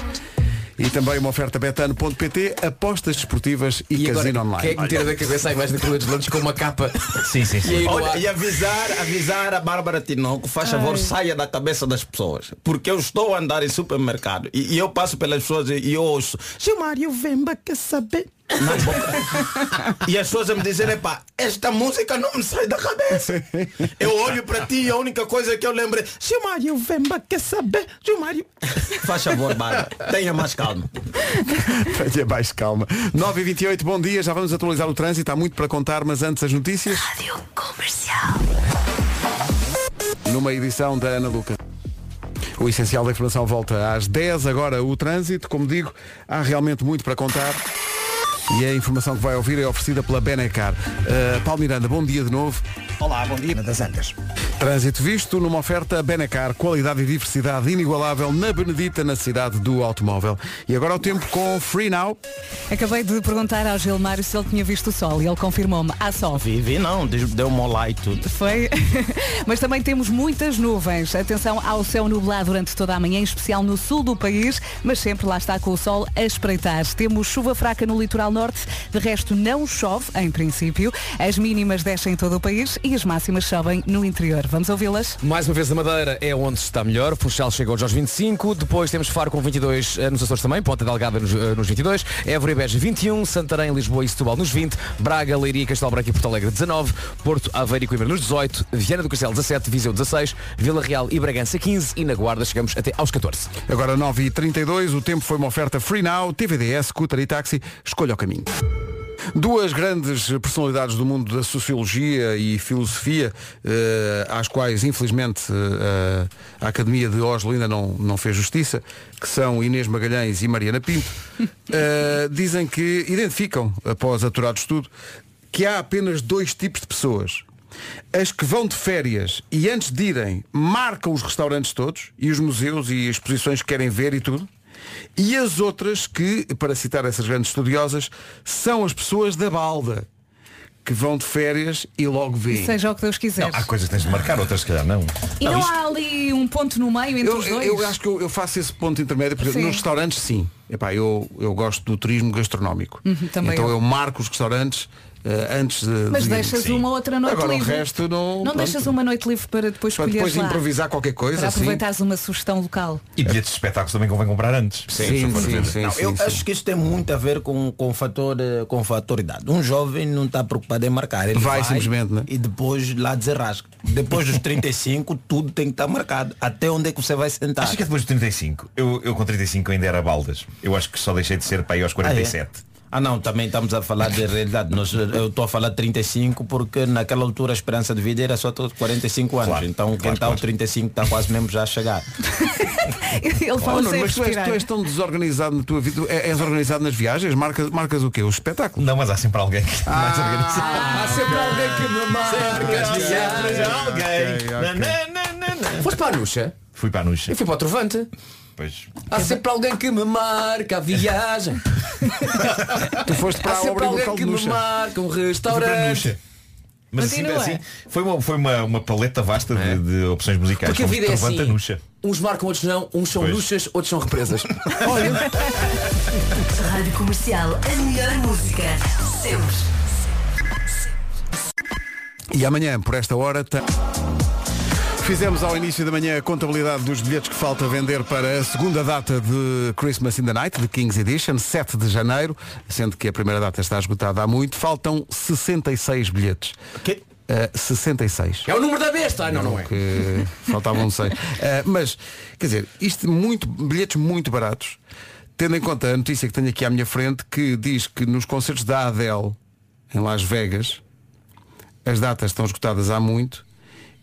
Speaker 1: E também uma oferta betano.pt, apostas desportivas e, casino online.
Speaker 8: Quem é que me tira da cabeça a imagem da Carolina de Lantes com uma capa?
Speaker 10: Sim, sim, sim.
Speaker 8: E aí no
Speaker 2: Olha,
Speaker 8: ar-
Speaker 2: e avisar, avisar a Bárbara Tinoco, faz favor, saia da cabeça das pessoas. Porque eu estou a andar em supermercado e, e eu passo pelas pessoas e, e eu ouço, Gilmar, eu Vemba quer saber. Na boca. e as pessoas a me dizem, pá, esta música não me sai da cabeça. Eu olho para ti e a única coisa que eu lembro é, Gilmar, eu Vemba quer saber. Gilmar. eu-" Faz favor, Bárbara, tenha mais calma.
Speaker 1: Tenha mais calma. 9 e 28 bom dia. Já vamos atualizar o trânsito. Há muito para contar, mas antes as notícias. Rádio Comercial. Numa edição da Ana Luca. O essencial da informação volta às 10. Agora o trânsito. Como digo, há realmente muito para contar. E a informação que vai ouvir é oferecida pela Benecar. Uh, Paulo Miranda, bom dia de novo.
Speaker 3: Olá, bom dia. Das Antas.
Speaker 1: Trânsito visto numa oferta Benacar, qualidade e diversidade inigualável na Benedita, na cidade do automóvel. E agora o tempo com Free Now.
Speaker 4: Acabei de perguntar ao Gilmário se ele tinha visto o sol e ele confirmou-me. Há sol.
Speaker 2: Vivi não, deu-me um olá e tudo.
Speaker 4: Foi. Mas também temos muitas nuvens. Atenção ao céu nublado durante toda a manhã, em especial no sul do país, mas sempre lá está com o sol a espreitar. Temos chuva fraca no litoral norte, de resto não chove, em princípio. As mínimas descem em todo o país e as máximas sobem no interior. Vamos ouvi-las?
Speaker 8: Mais uma vez a Madeira é onde se está melhor. Funchal chega hoje aos 25. Depois temos Faro com 22 eh, nos Açores também. Ponta Delgada nos, eh, nos 22. Évora e Beja 21. Santarém, Lisboa e Setúbal nos 20. Braga, Leiria, Castelo Branco e Porto Alegre 19. Porto, Aveiro e Coimbra nos 18. Viana do Castelo 17. Viseu 16. Vila Real e Bragança 15. E na Guarda chegamos até aos 14.
Speaker 1: Agora 9h32, o tempo foi uma oferta Free Now, TVDS, scooter e táxi, escolha o caminho. Duas grandes personalidades do mundo da sociologia e filosofia, eh, às quais infelizmente eh, a Academia de Oslo ainda não, não fez justiça, que são Inês Magalhães e Mariana Pinto, eh, dizem que identificam, após aturado estudo, que há apenas dois tipos de pessoas. As que vão de férias e antes de irem marcam os restaurantes todos e os museus e exposições que querem ver e tudo. E as outras que, para citar essas grandes estudiosas, são as pessoas da balda que vão de férias e logo vêem.
Speaker 4: Seja o que Deus quiser.
Speaker 10: Há coisas que tens de marcar, outras se calhar não.
Speaker 4: e não há ali um ponto no meio entre
Speaker 1: Eu,
Speaker 4: os dois?
Speaker 1: eu acho que eu, eu faço esse ponto intermédio, porque
Speaker 4: Sim.
Speaker 1: nos restaurantes sim. Epá, eu, eu gosto do turismo gastronómico.
Speaker 4: Uhum, também
Speaker 1: então
Speaker 4: eu.
Speaker 1: eu. marco os restaurantes eh, antes de.
Speaker 4: Mas
Speaker 1: de ir.
Speaker 4: deixas uma outra noite
Speaker 1: Agora
Speaker 4: livre.
Speaker 1: o resto não.
Speaker 4: Não
Speaker 1: pronto.
Speaker 4: deixas uma noite livre para depois
Speaker 1: Para
Speaker 4: escolheres
Speaker 1: depois
Speaker 4: lá.
Speaker 1: improvisar qualquer coisa,
Speaker 4: Para
Speaker 1: assim.
Speaker 4: aproveitares uma sugestão local.
Speaker 10: E bilhetes de espetáculos também convém comprar antes.
Speaker 1: Sim, sim, sim, sim,
Speaker 2: Não, eu
Speaker 1: sim.
Speaker 2: acho que isso tem muito a ver com, com, o fator, eh, com o fator idade. Um jovem não
Speaker 11: tá
Speaker 2: está preocupado em marcar. Ele
Speaker 1: Vai
Speaker 2: vai,
Speaker 1: simplesmente, né?
Speaker 2: E depois lá desenrasca. Depois dos 35, tudo tem que estar marcado.
Speaker 11: limitado. tá Até onde é que você vai sentar?
Speaker 2: Acho que é depois de 35. Eu, eu com 35 ainda era baldas. Eu acho que só deixei de ser para aí aos 47.
Speaker 11: Ah, é? Ah, não, também estamos a falar de realidade. Nós, eu estou a falar de 35 porque naquela altura a esperança de vida era só de 45 anos.
Speaker 2: Claro,
Speaker 11: então quem
Speaker 2: claro,
Speaker 11: está aos 35 está tá quase mesmo já a chegar.
Speaker 4: Ele
Speaker 1: Oh,
Speaker 4: fala
Speaker 1: Nuno,
Speaker 4: sem
Speaker 1: mas tu és,
Speaker 4: respirar.
Speaker 1: tu és tão desorganizado na tua vida. É- És organizado nas viagens? Marcas, marcas o quê? O espetáculo?
Speaker 2: Não, mas há sempre alguém que
Speaker 11: Ah,
Speaker 2: está mais organizado.
Speaker 1: Há sempre alguém que me marca.
Speaker 2: Sempre há alguém.
Speaker 1: ok.
Speaker 2: Na, na, na, na, na.
Speaker 8: Foste para a Nuxa?
Speaker 2: Fui para a Nuxa.
Speaker 8: Eu fui para o Trovante.
Speaker 2: Pois.
Speaker 8: Há sempre alguém que me marca a viagem.
Speaker 1: Tu foste para
Speaker 8: Há
Speaker 1: a obra
Speaker 8: sempre
Speaker 1: e local
Speaker 8: alguém
Speaker 1: de
Speaker 8: que me
Speaker 1: Nuxa.
Speaker 8: marca um
Speaker 2: Fui para a
Speaker 8: restaurante.
Speaker 2: Nuxa. Mas assim,
Speaker 4: Continua.
Speaker 2: assim foi, uma, foi uma, uma paleta vasta de, de opções musicais.
Speaker 8: Porque a
Speaker 2: Fomos
Speaker 8: vida é
Speaker 2: Trovante
Speaker 8: assim.
Speaker 2: a Nuxa.
Speaker 8: Uns marcam, outros não. Uns são
Speaker 2: Pois.
Speaker 8: luxas, outros são represas.
Speaker 2: é
Speaker 7: Rádio Comercial, a melhor música. Sempre.
Speaker 1: E amanhã, por esta hora, ta- Fizemos ao início da manhã a contabilidade dos bilhetes que falta vender para a segunda data de Christmas in the Night, de King's Edition, 7 de janeiro, sendo que a primeira data está esgotada há muito. Faltam 66 bilhetes.
Speaker 11: Quê?
Speaker 1: Eh, 66.
Speaker 8: É o número da besta. Ah, não, não é.
Speaker 1: que faltavam seis. Eh, mas, quer dizer, isto muito, bilhetes muito baratos, tendo em conta a notícia que tenho aqui à minha frente, que diz que nos concertos da Adele, em Las Vegas, as datas estão esgotadas há muito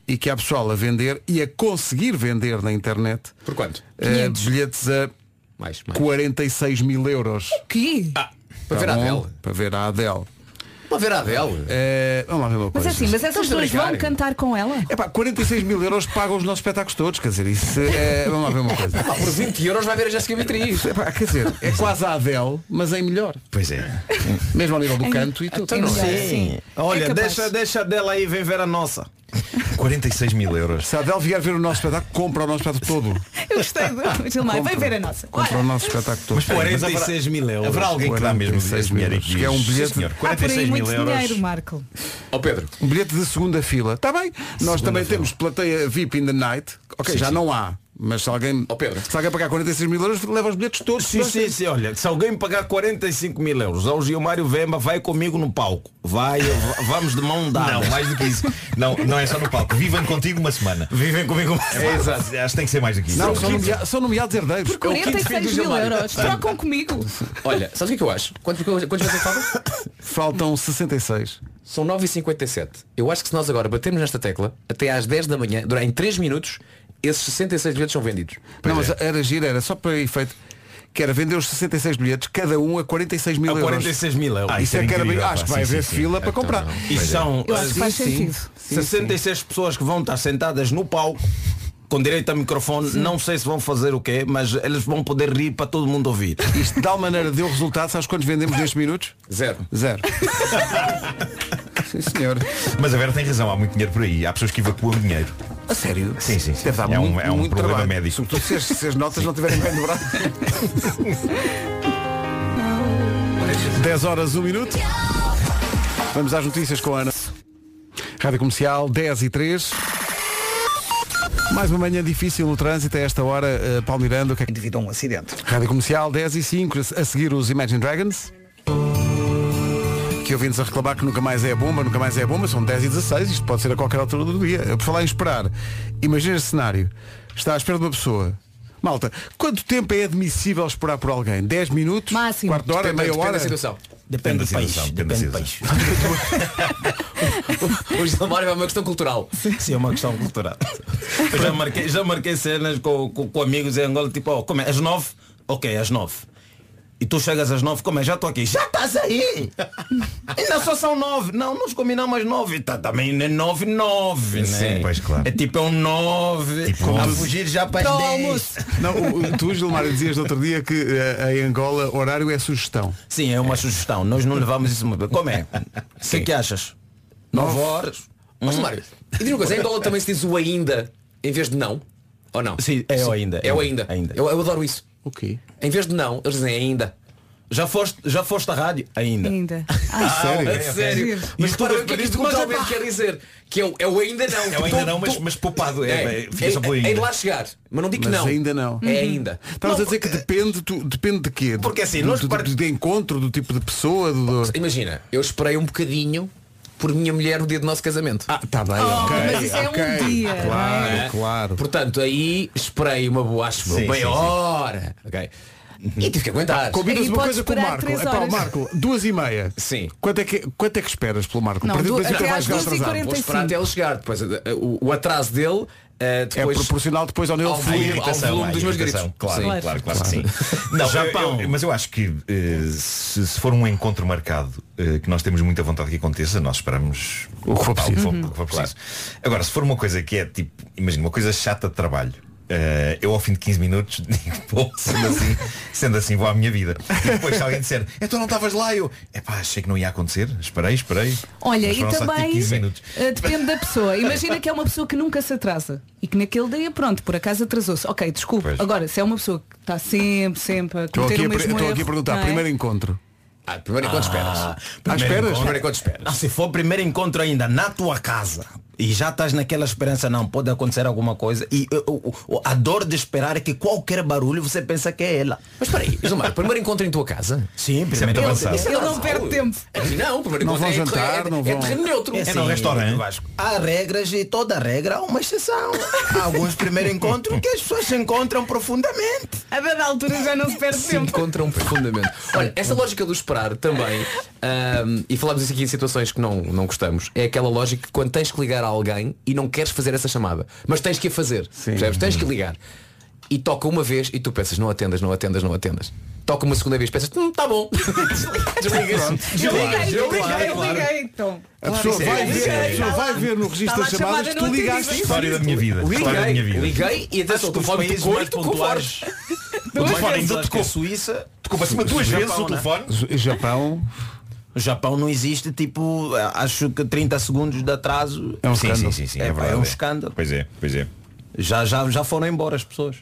Speaker 1: e que há pessoal a vender e a conseguir vender na internet
Speaker 8: Por quanto?
Speaker 1: eh, bilhetes a
Speaker 8: Mais, mais.
Speaker 1: 46 mil euros.
Speaker 4: Que?
Speaker 8: Para ver
Speaker 1: Tá
Speaker 8: a
Speaker 1: bom?
Speaker 8: Adele.
Speaker 1: Para ver a Adele.
Speaker 8: Para ver a Adele.
Speaker 1: Eh, vamos lá ver uma
Speaker 4: Mas
Speaker 1: coisa.
Speaker 4: é assim, mas essas
Speaker 8: Estás a
Speaker 1: Então,
Speaker 4: pessoas vão
Speaker 8: brincar?
Speaker 4: cantar com ela?
Speaker 1: Epá, 46 mil euros pagam os nossos espetáculos todos, quer dizer, isso é. Vamos lá ver uma coisa.
Speaker 8: Pá, por 20 euros vai ver a Jéssica Beatriz.
Speaker 1: Epá, quer dizer, é quase a Adele, mas é melhor.
Speaker 2: Pois é.
Speaker 1: Mesmo ao nível do canto e tudo.
Speaker 4: É melhor,
Speaker 2: assim.
Speaker 4: sim.
Speaker 11: Olha,
Speaker 4: É capaz.
Speaker 11: deixa, deixa dela aí vem ver a nossa.
Speaker 2: 46 mil euros.
Speaker 1: Se a Adele vier ver o nosso espetáculo, compra o nosso espetáculo todo.
Speaker 4: Eu gostei do Gilmar. Vem ver a nossa.
Speaker 1: Compra o nosso espetáculo todo.
Speaker 2: espera aí, mas haverá-
Speaker 11: 46 mil euros.
Speaker 2: Haverá alguém que dá mesmo
Speaker 1: 46
Speaker 2: esse dinheiro
Speaker 1: mil
Speaker 2: e
Speaker 1: euros,
Speaker 2: diz,
Speaker 1: que é um
Speaker 2: "Sim,
Speaker 1: bilhete-
Speaker 2: senhor,
Speaker 4: Há por aí
Speaker 2: 46
Speaker 4: muito
Speaker 2: mil euros.
Speaker 4: dinheiro, Marco.
Speaker 8: Ó Pedro.
Speaker 1: Um bilhete de segunda fila. Está bem. Nós também temos plateia VIP in the night. Ok, já não há. Mas se alguém,
Speaker 8: Ó, Pedro.
Speaker 1: se alguém pagar 46 mil euros, leva os bilhetes todos.
Speaker 11: Sim, sim, sim, olha, se alguém me pagar 45 mil euros, ao Gilmário Vemba, vai comigo no palco. Vai, v- vamos de mão dada.
Speaker 2: Não, mais do que isso. Não, não é só no palco. Vivam contigo uma semana.
Speaker 11: Vivem comigo.
Speaker 2: É, exato. Acho que tem que ser mais do que isso.
Speaker 1: Não, são, nomea- são nomeados herdeiros. É
Speaker 4: Por 46 mil euros. Trocam comigo.
Speaker 8: Olha, sabes o que é que eu acho? Quantas quantas vezes falta?
Speaker 1: Faltam 66.
Speaker 8: São 9h57. Eu acho que se nós agora batermos nesta tecla, até às 10 da manhã, durante 3 minutos, esses 66 bilhetes são vendidos.
Speaker 1: não, mas
Speaker 2: é.
Speaker 1: era gira, era só para efeito. Que era vender os 66 bilhetes, cada um a 46 mil
Speaker 11: A
Speaker 1: euros.
Speaker 11: 46 mil euros.
Speaker 2: Ah,
Speaker 1: Isso é que era bem.
Speaker 2: incrível,
Speaker 1: Acho que
Speaker 2: pá.
Speaker 1: vai
Speaker 2: Sim,
Speaker 1: haver
Speaker 2: sim, sim.
Speaker 1: fila para
Speaker 2: Então,
Speaker 1: comprar.
Speaker 2: não. é.
Speaker 11: E são eh,
Speaker 4: Eu acho que faz
Speaker 1: sim.
Speaker 4: sentido.
Speaker 11: 66 pessoas que vão estar sentadas no palco com direito a microfone, não sei se vão fazer o quê, mas eles vão poder rir para todo mundo ouvir.
Speaker 1: Isto dá maneira deu resultado, sabes quantos vendemos nestes minutos?
Speaker 8: Zero.
Speaker 1: Zero. Sim senhor.
Speaker 2: Mas a Vera tem razão, há muito dinheiro por aí. Há pessoas que evacuam dinheiro.
Speaker 1: A sério?
Speaker 2: Sim, sim, sim.
Speaker 1: Deve dar
Speaker 2: É um-
Speaker 1: muito,
Speaker 2: é um
Speaker 1: muito
Speaker 2: problema
Speaker 1: trabalho.
Speaker 2: médico.
Speaker 1: Sobretudo se as, se as notas não tiverem bem dobrado. 10 horas, 1 minuto. Vamos às notícias com a Ana. Rádio Comercial, 10 e 3. Mais uma manhã difícil no trânsito a esta hora. eh, Paulo Miranda, o que é que...
Speaker 3: Devido a um acidente.
Speaker 1: Rádio Comercial 10 e 5, a seguir os Imagine Dragons. Que ouvintes a reclamar que nunca mais é bomba, nunca mais é bomba, são 10 e 16, isto pode ser a qualquer altura do dia. Por falar em esperar, imagina este cenário, está à espera de uma pessoa. Malta, quanto tempo é admissível esperar por alguém? 10 minutos?
Speaker 4: Máximo.
Speaker 1: Quarto de hora?
Speaker 8: Depende-
Speaker 1: meia
Speaker 8: depende
Speaker 1: hora?
Speaker 8: da situação.
Speaker 11: Depende do
Speaker 2: da
Speaker 11: país.
Speaker 2: situação, depende
Speaker 11: Depende do
Speaker 2: da
Speaker 11: país.
Speaker 8: O Gilmário é uma questão cultural.
Speaker 11: Sim, é uma questão cultural. Eu já marquei, já marquei cenas com, com, com amigos em Angola, tipo, ó, como é? Às nove? Ok, às nove. E tu chegas às nove, como é? Já estou aqui. Já estás aí? Ainda só são nove. Não, nós combinamos às nove. Tá, também não é nove, nove, né?
Speaker 2: Sim, pois, claro.
Speaker 11: É tipo, é um nove.
Speaker 2: Tipo,
Speaker 11: a
Speaker 2: onze.
Speaker 11: fugir já para as dez.
Speaker 1: Não, o- o- tu, Gilmar, dizias no outro dia que eh, em Angola horário é sugestão.
Speaker 11: Sim, é uma sugestão. Nós não levamos isso muito bem. Como é? O que é que achas? Nove horas?
Speaker 8: Mas Gilmário, e diz uma coisa, é em Angola também se diz o ainda em vez de não? Ou não?
Speaker 11: Sim, é o ainda.
Speaker 8: É o ainda.
Speaker 11: Ainda.
Speaker 8: Eu, eu adoro isso.
Speaker 1: O quê?
Speaker 8: Em vez de não, eles dizem ainda.
Speaker 11: Já foste, já foste à rádio? Ainda. Ah,
Speaker 4: Ainda. Ai,
Speaker 1: Sério?
Speaker 8: É sério.
Speaker 4: Giro.
Speaker 8: Mas
Speaker 11: Mas
Speaker 8: para
Speaker 11: tu
Speaker 8: o que é que isto
Speaker 11: mas é
Speaker 8: culturalmente
Speaker 11: pá.
Speaker 8: quer dizer? Que é o, é o ainda não.
Speaker 2: É o ainda não, mas- mas poupado. É, é, fica só pelo ainda.
Speaker 8: É de lá chegar. Mas não digo que
Speaker 1: Mas
Speaker 8: não.
Speaker 1: ainda não.
Speaker 8: É ainda.
Speaker 1: Estavas a dizer que depende, tu- depende de quê? Do-
Speaker 11: Porque assim,
Speaker 1: do,
Speaker 11: nós
Speaker 1: do,
Speaker 11: par-
Speaker 1: tipo de encontro, do tipo de pessoa, do... do-
Speaker 8: Imagina, eu esperei um bocadinho por minha mulher no dia do nosso casamento.
Speaker 1: Ah, está bem.
Speaker 4: Oh, ok, mas isso é um ok. dia, Claro, não é?
Speaker 1: claro.
Speaker 8: Portanto, aí esperei uma boa, acho
Speaker 1: Sim,
Speaker 8: eu, meia
Speaker 1: sim, sim.
Speaker 8: hora. Ok. E tive que aguentar.
Speaker 1: Combinas uma coisa com o Marco. É pá, o Marco, duas e meia.
Speaker 8: Sim.
Speaker 1: Quanto é que, quanto é que esperas pelo Marco? Para- para- para- vais chegar atrasado.
Speaker 8: Vou esperar até ele chegar. Depois, eh, o, o atraso dele eh, depois,
Speaker 1: É proporcional depois ao meu
Speaker 8: ao
Speaker 1: fluir.
Speaker 8: volume, ao
Speaker 1: Irritação,
Speaker 8: volume
Speaker 1: à
Speaker 8: dos meus gritos.
Speaker 3: irritação. Claro,
Speaker 8: Sim.
Speaker 3: claro, claro, que sim. Não, Japão. mas eu acho que eh, se, se for um encontro marcado eh, que nós temos muita vontade que aconteça, nós esperamos o que for
Speaker 1: preciso.
Speaker 3: O que for, preciso. Agora, se for uma coisa que é tipo, imagina, uma coisa chata de trabalho. eh, eu ao fim de 15 minutos digo, bom, sendo assim, sendo assim vou à minha vida. E depois se alguém disser, então não estavas lá, eu, epá, achei que não ia acontecer, esperei, esperei.
Speaker 4: Olha,
Speaker 3: Mas
Speaker 4: e
Speaker 3: foram só, tipo,
Speaker 4: também
Speaker 3: 15 minutos.
Speaker 4: eh, depende da pessoa. Imagina que é uma pessoa que nunca se atrasa e que naquele dia, pronto, por acaso atrasou-se. Ok, desculpa.
Speaker 1: Pois.
Speaker 4: Agora, se é uma pessoa que está sempre, sempre a
Speaker 1: Estou
Speaker 4: cometer
Speaker 1: aqui,
Speaker 4: o
Speaker 1: a, per-
Speaker 4: mesmo
Speaker 1: estou
Speaker 4: erro,
Speaker 1: aqui a perguntar.
Speaker 4: não é?
Speaker 1: Primeiro encontro.
Speaker 8: Ah, primeiro encontro esperas.
Speaker 1: Ah, esperas?
Speaker 8: Primeiro encontro esperas.
Speaker 2: Não, se for primeiro encontro ainda na tua casa e já estás naquela esperança, não, pode acontecer alguma coisa. E uh, uh, uh, a dor de esperar é que qualquer barulho você pensa que é ela.
Speaker 8: Mas peraí, Gilmar, primeiro encontro em tua casa?
Speaker 2: Sim,
Speaker 8: muito
Speaker 2: primeiro encontro.
Speaker 8: avançado. Isso é
Speaker 4: Ele não perde tempo.
Speaker 8: Não, o primeiro encontro é em terreno- é, É terreno neutro.
Speaker 2: assim,
Speaker 8: Vasco.
Speaker 2: Há regras e toda regra há uma exceção. Há alguns primeiros encontros que as pessoas se encontram profundamente.
Speaker 4: A dada altura já não se perde
Speaker 8: se encontram profundamente. Olha, essa lógica do esperar também, ahm, e falámos isso aqui em situações que não, não gostamos, é aquela lógica que quando tens que ligar a alguém e não queres fazer essa chamada, mas tens que a fazer, percebes? Tens que
Speaker 1: Uhum.
Speaker 8: ligar. E toca uma vez e tu pensas, não atendas, não atendas, não atendas. Toca uma segunda vez, pensas, hum, tá bom. Desligas.
Speaker 4: Eu
Speaker 8: Desligas.
Speaker 4: liguei, eu liguei, eu
Speaker 8: Claro.
Speaker 4: liguei, então.
Speaker 1: A pessoa, vai ver, a pessoa vai ver no registro das
Speaker 4: Estava a
Speaker 1: chamadas
Speaker 4: chamada,
Speaker 1: que
Speaker 4: não
Speaker 1: tu
Speaker 4: atendi.
Speaker 1: ligaste.
Speaker 3: História da minha vida. História da minha vida.
Speaker 8: Liguei e atenção,
Speaker 3: Acho que
Speaker 8: tu
Speaker 3: os
Speaker 8: fone
Speaker 3: países
Speaker 8: tocou
Speaker 3: mais
Speaker 8: e tocou
Speaker 3: pontuais-
Speaker 8: forte.
Speaker 3: O
Speaker 8: Duas
Speaker 3: telefone
Speaker 8: vezes.
Speaker 3: ainda tocou.
Speaker 2: Suíça.
Speaker 3: Tocou para cima duas
Speaker 2: Japão,
Speaker 3: vezes o
Speaker 2: né?
Speaker 3: telefone.
Speaker 1: Japão.
Speaker 2: O Japão não existe, tipo, acho que 30 segundos de atraso.
Speaker 3: É um Sim, escândalo. sim, sim, sim, é
Speaker 2: pá,
Speaker 3: verdade.
Speaker 2: um escândalo.
Speaker 3: Pois é, pois é.
Speaker 2: Já, já, já foram embora as pessoas.